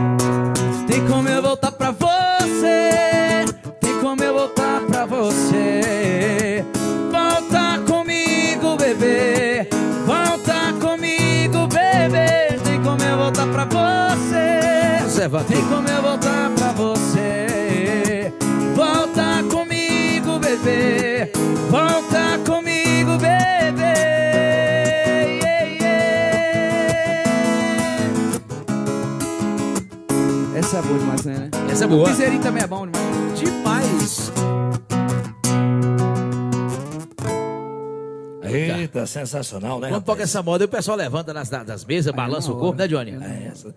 Speaker 4: Tem como eu voltar pra você. Tem como eu voltar pra você. Volta comigo, bebê. Volta comigo, bebê. Tem como eu voltar pra você.
Speaker 3: é
Speaker 1: levanta.
Speaker 3: Tem como eu voltar pra você? Volta comigo, bebê. Volta comigo, bebê. Yeah, yeah. Essa é boa demais, né?
Speaker 1: Essa é boa.
Speaker 3: Piseirinho também é bom demais.
Speaker 1: Demais.
Speaker 2: É. Eita, sensacional, né?
Speaker 1: Quando
Speaker 2: rapaz?
Speaker 1: toca essa moda, o pessoal levanta nas, das das mesas, balança
Speaker 3: na
Speaker 1: o corpo,
Speaker 3: hora.
Speaker 1: né, Johnny?
Speaker 2: É, essa,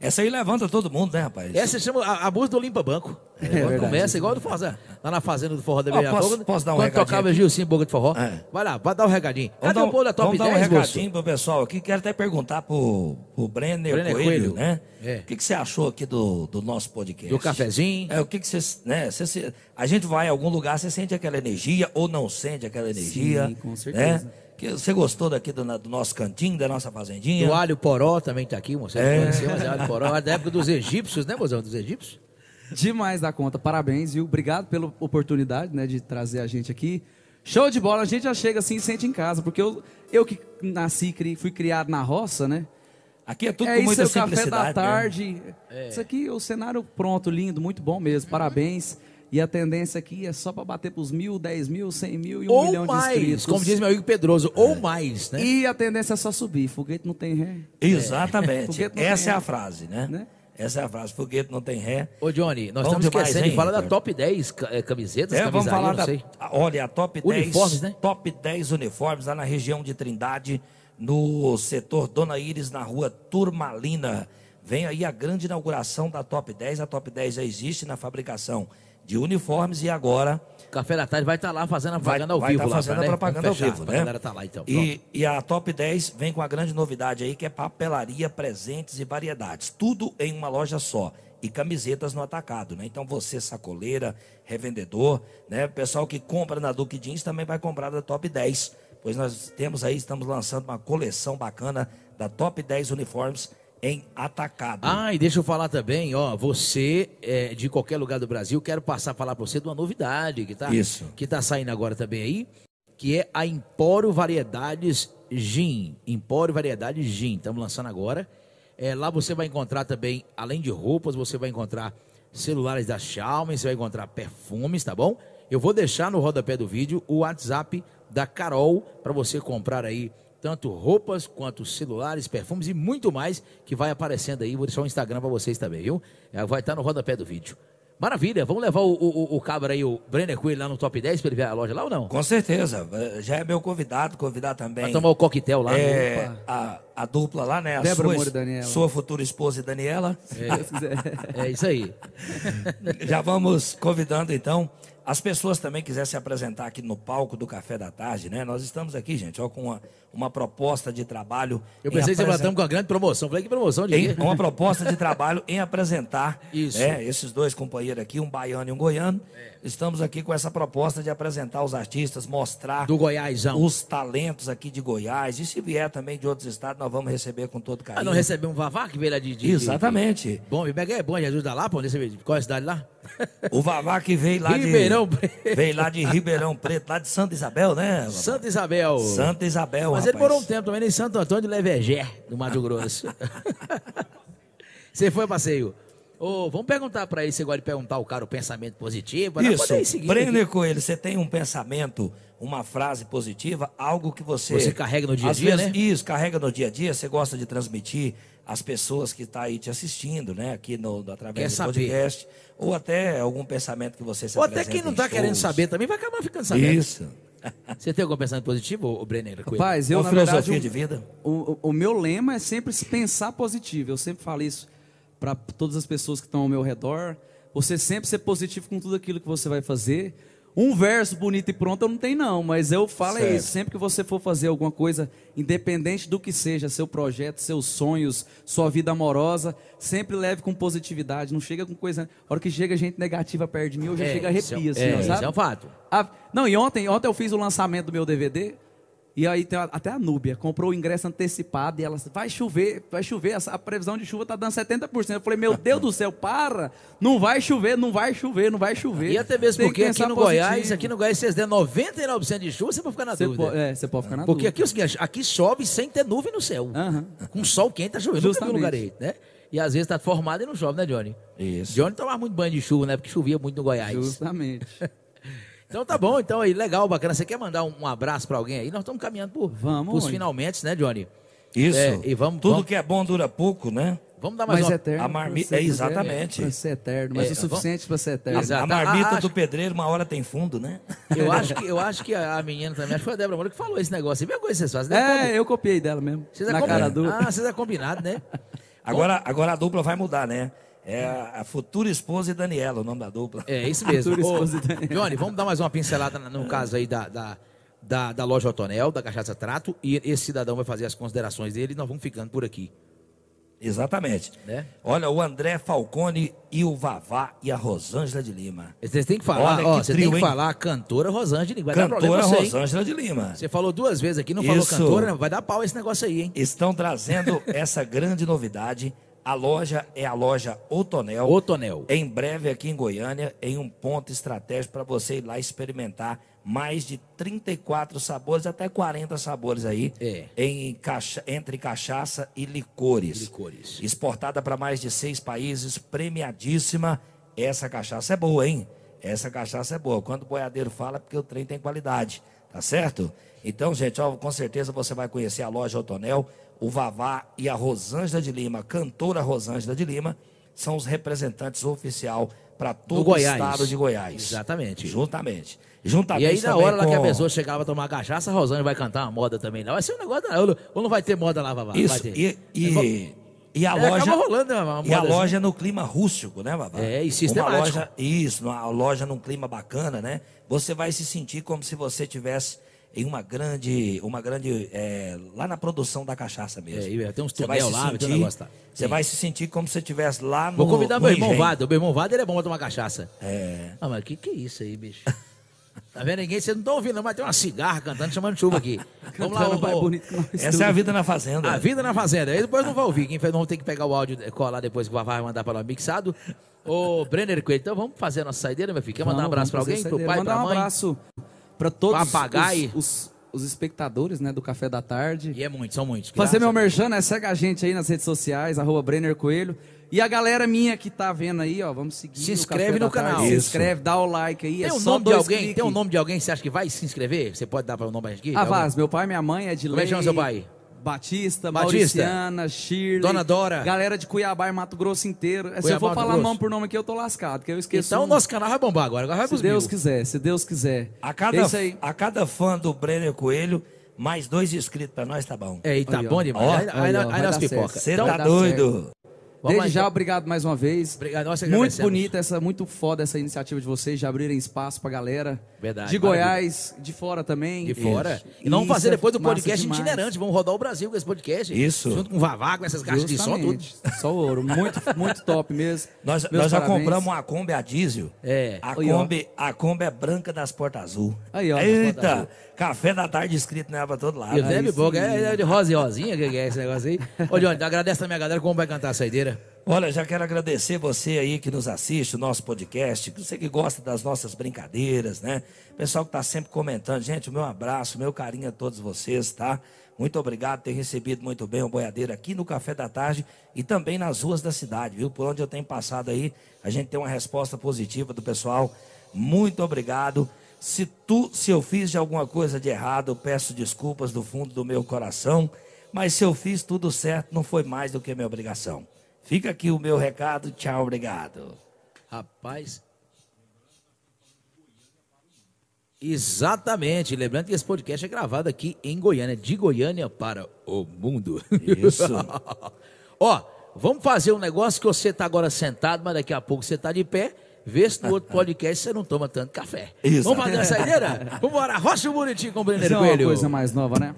Speaker 2: essa aí levanta todo mundo, né, rapaz?
Speaker 1: Essa chama a, a música do Limpa Banco. Quando
Speaker 3: verdade.
Speaker 1: começa igual do Forza, lá na fazenda do Forró da
Speaker 2: Ó,
Speaker 1: Beira
Speaker 2: É posso-
Speaker 1: Fogo.
Speaker 2: posso dar um
Speaker 1: Quando
Speaker 2: recadinho
Speaker 1: tocava
Speaker 2: aqui?
Speaker 1: Gilcinho Boca de Forró.
Speaker 2: É.
Speaker 1: Vai lá, vai dar um recadinho. Cadê
Speaker 2: Vamos dar
Speaker 1: o povo da Top
Speaker 2: vamos dar um
Speaker 1: 10, moço?
Speaker 2: recadinho pro pessoal aqui. Quero até perguntar pro, pro Brenner,
Speaker 1: Brenner
Speaker 2: Coelho,
Speaker 1: Coelho.
Speaker 2: né?
Speaker 1: É.
Speaker 2: O que, que você achou aqui do, do nosso podcast?
Speaker 1: Do cafezinho.
Speaker 2: É, o que, que você. Né, você se- a gente vai a algum lugar, você sente aquela energia ou não sente aquela energia.
Speaker 4: Sim, com certeza.
Speaker 2: né? Que, você gostou daqui do, na- do nosso cantinho, da nossa fazendinha?
Speaker 1: O alho poró também tá aqui, moço. É. Conheceu, mas é alho poró. É da época dos egípcios, né, mozão? Dos egípcios?
Speaker 4: Demais da conta, parabéns, viu? Obrigado pela oportunidade, né, de trazer a gente aqui. Show de bola, a gente já chega assim e sente em casa, porque eu, eu que nasci, e cri- fui criado na roça, né?
Speaker 2: Aqui é tudo
Speaker 4: é
Speaker 2: com
Speaker 4: isso,
Speaker 2: muita
Speaker 4: é o café
Speaker 2: simplicidade.
Speaker 4: da
Speaker 2: né?
Speaker 4: tarde. Isso aqui é o cenário pronto, lindo, muito bom mesmo, parabéns. E a tendência aqui é só para bater pros mil, dez mil, cem mil e um milhão
Speaker 1: ou
Speaker 4: de inscritos.
Speaker 1: mais, como diz meu amigo Pedroso,
Speaker 2: É.
Speaker 1: ou mais, né?
Speaker 4: E a tendência é só subir, foguete não tem ré.
Speaker 2: Exatamente.
Speaker 4: Foguete não tem
Speaker 2: Essa é
Speaker 4: ré.
Speaker 2: a frase, né?
Speaker 4: Né?
Speaker 2: Essa é a frase. Foguete não tem ré.
Speaker 1: Ô, Johnny, nós
Speaker 2: Bom
Speaker 1: estamos
Speaker 2: demais,
Speaker 1: esquecendo
Speaker 2: hein,
Speaker 1: de falar da
Speaker 2: Roberto?
Speaker 1: top 10 ca- eh, camisetas,
Speaker 2: É, vamos
Speaker 1: camisaria,
Speaker 2: falar
Speaker 1: não
Speaker 2: da.
Speaker 1: sei.
Speaker 2: a- Olha, a top 10.
Speaker 1: Uniformes, né?
Speaker 2: Top 10 uniformes lá na região de Trindade, no setor Dona Iris, na rua Turmalina. Vem aí a grande inauguração da Top 10. A Top 10 já existe na fabricação de uniformes e agora
Speaker 1: Café da Tarde vai estar lá fazendo a
Speaker 2: vai,
Speaker 1: propaganda ao
Speaker 2: vai
Speaker 1: vivo
Speaker 2: tá
Speaker 1: lá,
Speaker 2: fazendo
Speaker 1: né?
Speaker 2: a propaganda ao
Speaker 1: Vamos fechar,
Speaker 2: vivo,
Speaker 1: pra
Speaker 2: né?
Speaker 1: galera tá lá, então.
Speaker 2: E, e a Top 10 vem com a grande novidade aí, que é papelaria, presentes e variedades. Tudo em uma loja só. E camisetas no atacado, né? Então você, sacoleira, revendedor, né? O pessoal que compra na Duque Jeans também vai comprar da Top 10. Pois nós temos aí, estamos lançando uma coleção bacana da Top 10 uniformes em atacado.
Speaker 1: Ah, e deixa eu falar também, ó, você é, de qualquer lugar do Brasil, quero passar a falar para você de uma novidade que tá,
Speaker 2: Isso.
Speaker 1: que tá saindo agora também aí, que é a Empório Variedades Gin. Empório Variedades Gin, estamos lançando agora. É, lá você vai encontrar também, além de roupas, você vai encontrar celulares da Xiaomi, você vai encontrar perfumes, tá bom? Eu vou deixar no rodapé do vídeo o WhatsApp da Carol para você comprar aí tanto roupas quanto celulares, perfumes e muito mais que vai aparecendo aí. Vou deixar o Instagram para vocês também, viu? É, vai estar no rodapé do vídeo. Maravilha, vamos levar o, o, o- o cabra aí, o Brenner Coelho, lá no top 10 para ele ver a loja lá ou não?
Speaker 2: Com certeza, eh, já é meu convidado, convidar também.
Speaker 1: Vai tomar o coquetel lá. né?
Speaker 2: É,
Speaker 1: Opa.
Speaker 2: a, a dupla lá, né? A
Speaker 4: Débora
Speaker 2: sua,
Speaker 4: Moura e Daniela.
Speaker 2: sua futura esposa e Daniela.
Speaker 4: Se Deus quiser.
Speaker 1: É isso aí.
Speaker 2: Já vamos convidando, então, as pessoas também quiserem se apresentar aqui no palco do Café da Tarde, né? Nós estamos aqui, gente, ó, com uma, uma proposta de trabalho.
Speaker 1: Eu
Speaker 2: em
Speaker 1: pensei que
Speaker 2: apresen-
Speaker 1: estamos com uma grande promoção. Falei que promoção de
Speaker 2: em-
Speaker 1: quê?
Speaker 2: uma proposta de trabalho em apresentar
Speaker 1: Isso. É.
Speaker 2: né, esses dois companheiros aqui, um baiano e um goiano. Estamos aqui com essa proposta de apresentar os artistas, mostrar
Speaker 1: do Goiásão.
Speaker 2: os talentos aqui de Goiás. E se vier também de outros estados, nós vamos receber com todo carinho.
Speaker 1: Ah, não recebeu um vavá que veio lá de. de- de-
Speaker 2: Exatamente.
Speaker 1: Bom, e pega é bom, Jesus da Lapa, onde você veio? Qual é a cidade lá?
Speaker 2: O Vavá que veio lá
Speaker 1: Ribeirão
Speaker 2: de.
Speaker 1: Preto.
Speaker 2: Veio lá de Ribeirão Preto, lá de Santa Isabel, né? Vavá?
Speaker 1: Santa Isabel.
Speaker 2: Santa Isabel.
Speaker 1: Mas ele
Speaker 2: rapaz.
Speaker 1: morou um tempo também em Santo Antônio de Levegé, no Mato Grosso. você foi a passeio? Ô, vamos perguntar pra ele se gosta de perguntar o cara o pensamento positivo. mas nós podemos ir
Speaker 2: Isso,
Speaker 1: seguindo
Speaker 2: Brenner Coelho, você tem um pensamento, uma frase positiva, algo que você.
Speaker 1: Você carrega no dia a
Speaker 2: Às
Speaker 1: dia,
Speaker 2: vezes-
Speaker 1: né?
Speaker 2: Isso, carrega no dia a dia, você gosta de transmitir às pessoas que estão aí te assistindo, né? Aqui no, através
Speaker 1: Quer
Speaker 2: do
Speaker 1: saber.
Speaker 2: podcast. Ou até algum pensamento que você
Speaker 1: aqui.
Speaker 2: se
Speaker 1: Ou até
Speaker 2: apresenta
Speaker 1: quem não
Speaker 2: em
Speaker 1: tá querendo
Speaker 2: shows.
Speaker 1: saber também vai acabar ficando sabendo.
Speaker 2: Isso.
Speaker 1: Você tem algum pensamento positivo, ô, Brenner? Coelho?
Speaker 4: Rapaz, eu,
Speaker 2: Uma
Speaker 4: na
Speaker 2: filosofia
Speaker 4: verdade, um-
Speaker 2: de vida.
Speaker 4: O, o- o meu lema é sempre se pensar positivo. Eu sempre falo isso para todas as pessoas que estão ao meu redor. Você sempre ser positivo com tudo aquilo que você vai fazer. Um verso bonito e pronto eu não tenho, não, mas eu falo é
Speaker 2: Certo.
Speaker 4: isso. Sempre que você for fazer alguma coisa, independente do que seja, seu projeto, seus sonhos, sua vida amorosa, sempre leve com positividade. Não chega com coisa. A hora que chega gente negativa perto de mim, eu já
Speaker 1: É,
Speaker 4: chego
Speaker 1: isso é-
Speaker 4: arrepia, assim,
Speaker 1: é,
Speaker 4: ó,
Speaker 1: isso
Speaker 4: sabe?
Speaker 1: é um fato.
Speaker 4: Ah, não, e ontem, ontem eu fiz o lançamento do meu DVD. E aí tem a- até a Núbia comprou o ingresso antecipado e ela disse, vai chover, vai chover, essa- a previsão de chuva tá dando 70%. Eu falei, meu Deus do céu, para! Não vai chover, não vai chover, não vai chover.
Speaker 1: E até mesmo
Speaker 4: Tem que
Speaker 1: porque aqui
Speaker 4: pensar
Speaker 1: no
Speaker 4: positivo.
Speaker 1: Goiás, aqui no Goiás, se vocês der 99% de chuva, você vai ficar na
Speaker 4: Você
Speaker 1: dúvida.
Speaker 4: po- é, você pode ficar na
Speaker 1: Porque
Speaker 4: dúvida.
Speaker 1: aqui, é o seguinte, aqui chove sem ter nuvem no céu.
Speaker 4: Aham.
Speaker 1: Com sol quente, tá chovendo. Justamente. Nunca vi um
Speaker 4: Justamente.
Speaker 1: lugar aí, né? E às vezes tá formado e não chove, né, Johnny?
Speaker 2: Isso.
Speaker 1: Johnny tomava muito banho de chuva, né? Porque chovia muito no Goiás.
Speaker 4: Justamente.
Speaker 1: Então tá bom, então aí, legal, bacana. Você quer mandar um, um abraço pra alguém aí? Nós estamos caminhando por,
Speaker 4: Vamos,
Speaker 1: pros
Speaker 4: ué.
Speaker 1: finalmente, né, Johnny?
Speaker 2: Isso.
Speaker 1: É, e vamos-
Speaker 2: Tudo
Speaker 1: vamos-
Speaker 2: que é bom dura pouco, né?
Speaker 1: Vamos dar mais
Speaker 4: Mas
Speaker 1: uma...
Speaker 4: eterno.
Speaker 2: a
Speaker 4: pra
Speaker 2: marmita-
Speaker 4: você
Speaker 2: é,
Speaker 4: quiser,
Speaker 2: exatamente.
Speaker 4: Pra ser eterno, mas
Speaker 1: É,
Speaker 4: o suficiente pra ser eterno.
Speaker 1: Exato.
Speaker 2: A
Speaker 1: Tá,
Speaker 2: marmita
Speaker 1: ah,
Speaker 2: do pedreiro, uma hora tem fundo, né?
Speaker 1: Eu acho que, eu acho que a, a menina também, acho que foi a Débora Moura que falou esse negócio. Você viu a coisa que vocês fazem? né?
Speaker 4: É, eu copiei dela mesmo.
Speaker 1: Vocês é
Speaker 4: na
Speaker 1: combinado.
Speaker 4: cara dura.
Speaker 1: Ah, vocês é combinado, né?
Speaker 2: Agora, agora a dupla vai mudar, né? É a a futura esposa e Daniela, o nome da dupla.
Speaker 1: É isso mesmo.
Speaker 4: Arthur,
Speaker 1: Ô,
Speaker 4: esposa e
Speaker 2: tá-
Speaker 4: Daniel.
Speaker 1: Johnny, vamos dar mais uma pincelada na- no caso aí da, da, da, da loja Otonel, da Cachaça Trato, e esse cidadão vai fazer as considerações dele e nós vamos ficando por aqui.
Speaker 2: Exatamente.
Speaker 1: Né?
Speaker 2: Olha, o André Falcone e o Vavá e a Rosângela de Lima.
Speaker 1: Vocês têm que falar,
Speaker 2: Olha
Speaker 1: ó,
Speaker 2: que
Speaker 1: você
Speaker 2: trio,
Speaker 1: tem que
Speaker 2: hein?
Speaker 1: falar a cantora Rosângela, vai dar
Speaker 2: Cantora
Speaker 1: problema você, hein?
Speaker 2: Rosângela de Lima.
Speaker 1: Você falou duas vezes aqui, não falou
Speaker 2: Isso.
Speaker 1: cantora, né? vai dar pau esse negócio aí, hein?
Speaker 2: Estão trazendo essa grande novidade. A loja é a loja Otonel.
Speaker 1: Otonel.
Speaker 2: Em breve aqui em Goiânia, em um ponto estratégico para você ir lá experimentar mais de 34 sabores, até 40 sabores aí,
Speaker 1: É.
Speaker 2: em cacha- entre cachaça e licores.
Speaker 1: Licores.
Speaker 2: Exportada para mais de seis países, premiadíssima. Essa cachaça é boa, hein? Essa cachaça é boa. Quando o boiadeiro fala, é porque o trem tem qualidade, tá certo? Então, gente, ó, com certeza você vai conhecer a loja Otonel, o Vavá e a Rosângela de Lima, cantora Rosângela de Lima, são os representantes oficial para todo o
Speaker 1: Goiás.
Speaker 2: estado de Goiás.
Speaker 1: Exatamente.
Speaker 2: Juntamente. Juntamente
Speaker 1: E aí, na
Speaker 2: É, também
Speaker 1: hora lá que a
Speaker 2: com-
Speaker 1: pessoa chegar lá pra tomar cachaça, a Rosângela vai cantar uma moda também lá. Vai ser um negócio, da- ou não- ou não vai ter moda lá, Vavá? Ah, Vai
Speaker 2: Isso,
Speaker 1: ter.
Speaker 2: e,
Speaker 1: Vamos-
Speaker 2: e, e a
Speaker 1: É,
Speaker 2: loja.
Speaker 1: acaba rolando, né, uma
Speaker 2: e a
Speaker 1: modazinha.
Speaker 2: loja é no clima rústico, né, Babá?
Speaker 1: É, e
Speaker 2: Uma
Speaker 1: sistemático.
Speaker 2: loja, isso, uma loja num clima bacana, né? Você vai se sentir como se você tivesse em uma grande. Uma grande é, lá na produção da cachaça mesmo.
Speaker 1: É, e tem uns
Speaker 2: Você vai
Speaker 1: túnel
Speaker 2: se
Speaker 1: lá, tem um
Speaker 2: sentir-
Speaker 1: negócio lá.
Speaker 2: Você
Speaker 1: Sim.
Speaker 2: vai se sentir como se você estivesse lá no.
Speaker 1: Vou convidar meu
Speaker 2: no
Speaker 1: irmão
Speaker 2: engenho.
Speaker 1: Vado. Meu irmão Vado, ele é bom pra tomar cachaça.
Speaker 2: É.
Speaker 1: Ah, mas que que é isso aí, bicho? Tá vendo ninguém? Vocês não estão ouvindo, não, mas tem uma cigarra cantando, chamando chuva aqui. Vamos lá,
Speaker 4: Cantando mais
Speaker 1: ô, ô,
Speaker 4: bonito que nós
Speaker 2: Essa
Speaker 4: tudo.
Speaker 2: é a vida na fazenda.
Speaker 1: A vida na fazenda. Aí depois não vai ouvir. Quem fez, vamos ter que pegar o áudio, eh, colar depois que o Vavá vai mandar pra nós mixado. Ô, Brenner Coelho, então vamos fazer a nossa saideira, meu filho? Quer mandar um
Speaker 4: Vamos,
Speaker 1: abraço pra
Speaker 4: vamos
Speaker 1: alguém?
Speaker 4: fazer essa
Speaker 1: Pro
Speaker 4: ideia.
Speaker 1: pai,
Speaker 4: Mandar
Speaker 1: pra
Speaker 4: um
Speaker 1: mãe?
Speaker 4: abraço para todos os-
Speaker 1: Papagaio.
Speaker 4: Os, os espectadores né, do Café da Tarde.
Speaker 1: E é muitos, são muitos.
Speaker 4: Fazer
Speaker 1: graças a
Speaker 4: meu
Speaker 1: Deus.
Speaker 4: merchan, né? Segue a gente aí nas redes sociais, arroba Brenner Coelho. E a galera minha que tá vendo aí, ó, vamos seguir.
Speaker 1: Se
Speaker 4: o
Speaker 1: inscreve
Speaker 4: Café da
Speaker 1: no canal.
Speaker 4: Tarde. Se
Speaker 2: Isso.
Speaker 4: inscreve, dá o like aí. é
Speaker 1: Tem o
Speaker 4: só
Speaker 1: nome de
Speaker 4: dois
Speaker 1: alguém?
Speaker 4: cliques.
Speaker 1: Tem o nome de alguém que você acha que vai se inscrever? Você pode dar pra o nome aqui?
Speaker 4: Ah,
Speaker 1: Alguém?
Speaker 4: Vaz, meu pai, minha mãe é de
Speaker 1: Como é que chama seu pai? Batista.
Speaker 4: Batista, Mauriciana, Shirley.
Speaker 1: Dona Dora.
Speaker 4: Galera de Cuiabá e Mato Grosso inteiro. Se
Speaker 1: Cuiabá,
Speaker 4: eu for
Speaker 1: Mato
Speaker 4: falar
Speaker 1: Grosso.
Speaker 4: nome por nome aqui, eu tô lascado, porque eu esqueço.
Speaker 1: Então o
Speaker 4: um.
Speaker 1: nosso canal vai bombar agora. Agora vai
Speaker 4: Se
Speaker 1: pros
Speaker 4: Deus
Speaker 1: mil.
Speaker 4: quiser, se Deus quiser.
Speaker 2: A cada,
Speaker 4: É isso aí.
Speaker 2: a cada fã do Brenner Coelho, mais dois inscritos para nós, tá bom.
Speaker 1: É, e tá
Speaker 4: Aí, ó.
Speaker 1: bom demais.
Speaker 2: Ó,
Speaker 1: aí aí,
Speaker 4: aí, ó,
Speaker 1: aí
Speaker 4: vai
Speaker 1: nós
Speaker 4: dar
Speaker 1: pipoca.
Speaker 4: certo.
Speaker 2: Você
Speaker 4: Então,
Speaker 2: tá
Speaker 4: dá
Speaker 2: doido.
Speaker 1: Vamos lá,
Speaker 4: Desde já,
Speaker 1: então.
Speaker 4: obrigado mais uma vez.
Speaker 1: Obrigado, nós que
Speaker 4: muito
Speaker 1: agradecemos.
Speaker 4: bonita, essa, muito foda essa iniciativa de vocês de abrirem espaço pra galera.
Speaker 1: Verdade,
Speaker 4: De
Speaker 1: maravilha.
Speaker 4: Goiás, de fora também.
Speaker 1: De fora.
Speaker 4: Isso.
Speaker 1: E nós vamos
Speaker 4: Isso
Speaker 1: fazer
Speaker 4: é
Speaker 1: depois do
Speaker 4: massa
Speaker 1: podcast
Speaker 4: demais.
Speaker 1: itinerante. Vamos rodar o Brasil com esse podcast.
Speaker 2: Isso.
Speaker 1: Junto com o Vavá, com essas caixas de som, tudo.
Speaker 4: Justamente. Só ouro. Muito, muito top mesmo.
Speaker 2: Nós,
Speaker 4: Meus
Speaker 2: nós já
Speaker 4: parabéns.
Speaker 2: compramos uma Kombi a diesel.
Speaker 1: É.
Speaker 2: A
Speaker 4: Aí, ó.
Speaker 2: Kombi, a Kombi é branca das portas azul.
Speaker 4: Aí, ó, das
Speaker 2: Eita,
Speaker 4: portas azul.
Speaker 2: café da tarde escrito nela pra todo lado.
Speaker 1: E o Zé
Speaker 4: Aí
Speaker 1: Pipoca
Speaker 4: sim.
Speaker 1: é, é de rosa e rosinha, que que é esse negócio aí? Ô, Johnny, então agradece também a galera como vai cantar a saideira.
Speaker 2: Olha, já quero agradecer você aí que nos assiste, o nosso podcast, que você que gosta das nossas brincadeiras, né? Pessoal que está sempre comentando. Gente, o meu abraço, o meu carinho a todos vocês, tá? Muito obrigado por ter recebido muito bem o boiadeiro aqui no Café da Tarde e também nas ruas da cidade, viu? Por onde eu tenho passado aí, a gente tem uma resposta positiva do pessoal. Muito obrigado. Se, tu, se eu fiz de alguma coisa de errado, eu peço desculpas do fundo do meu coração, mas se eu fiz tudo certo, não foi mais do que minha obrigação. Fica aqui o meu recado. Tchau, obrigado.
Speaker 1: Rapaz. Exatamente. Lembrando que esse podcast é gravado aqui em Goiânia, de Goiânia para o mundo.
Speaker 2: Isso.
Speaker 1: Ó, vamos fazer um negócio que você tá agora sentado, mas daqui a pouco você tá de pé. Vê se no outro podcast você não toma tanto café.
Speaker 2: Isso.
Speaker 1: Vamos fazer uma saideira? Vamos embora. Rocha o Bonitinho com o Brenner
Speaker 4: Isso é uma
Speaker 1: Coelho.
Speaker 4: coisa mais nova, né?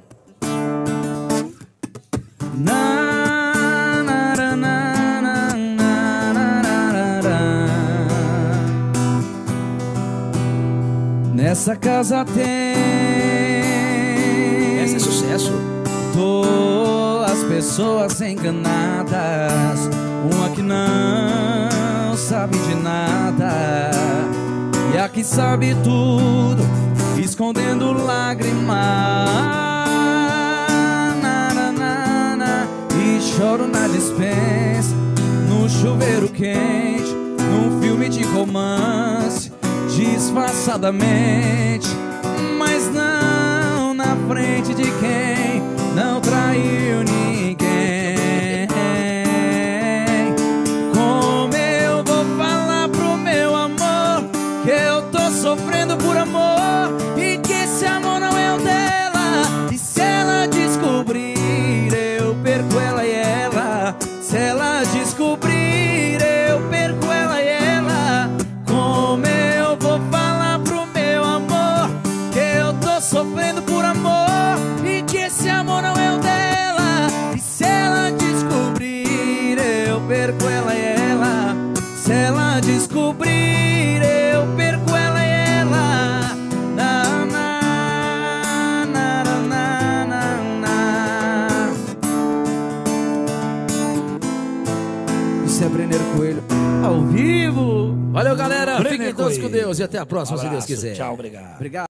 Speaker 4: Na, na, na, na, na, na, na, na, na. Nessa casa tem
Speaker 1: Esse é sucesso.
Speaker 4: Duas pessoas enganadas, uma que não sabe de nada e a que sabe tudo, escondendo lágrima. Na, na, na, na, e choro na dispensa
Speaker 3: chuveiro quente, num filme de romance, disfarçadamente, mas não na frente de quem não traiu ninguém. Como eu vou falar pro meu amor que eu tô sofrendo por amor e que esse amor não é o dela? E se ela descobrir, eu perco ela e ela. Se ela descobrir, eu perco ela e ela. Como eu vou falar pro meu amor que eu tô sofrendo por amor e que esse amor não é o dela? E se ela descobrir, eu perco ela e ela. Se ela descobrir, eu perco ela e ela. Na, na, na, na, na, na. Isso é Brenner Coelho ao vivo.
Speaker 1: Valeu, galera.
Speaker 2: Brenner
Speaker 1: Fiquem todos com
Speaker 2: Coelho.
Speaker 1: Deus e até a próxima, se Deus
Speaker 2: Abraço,
Speaker 1: quiser.
Speaker 2: Tchau, obrigado.
Speaker 3: Obrigado.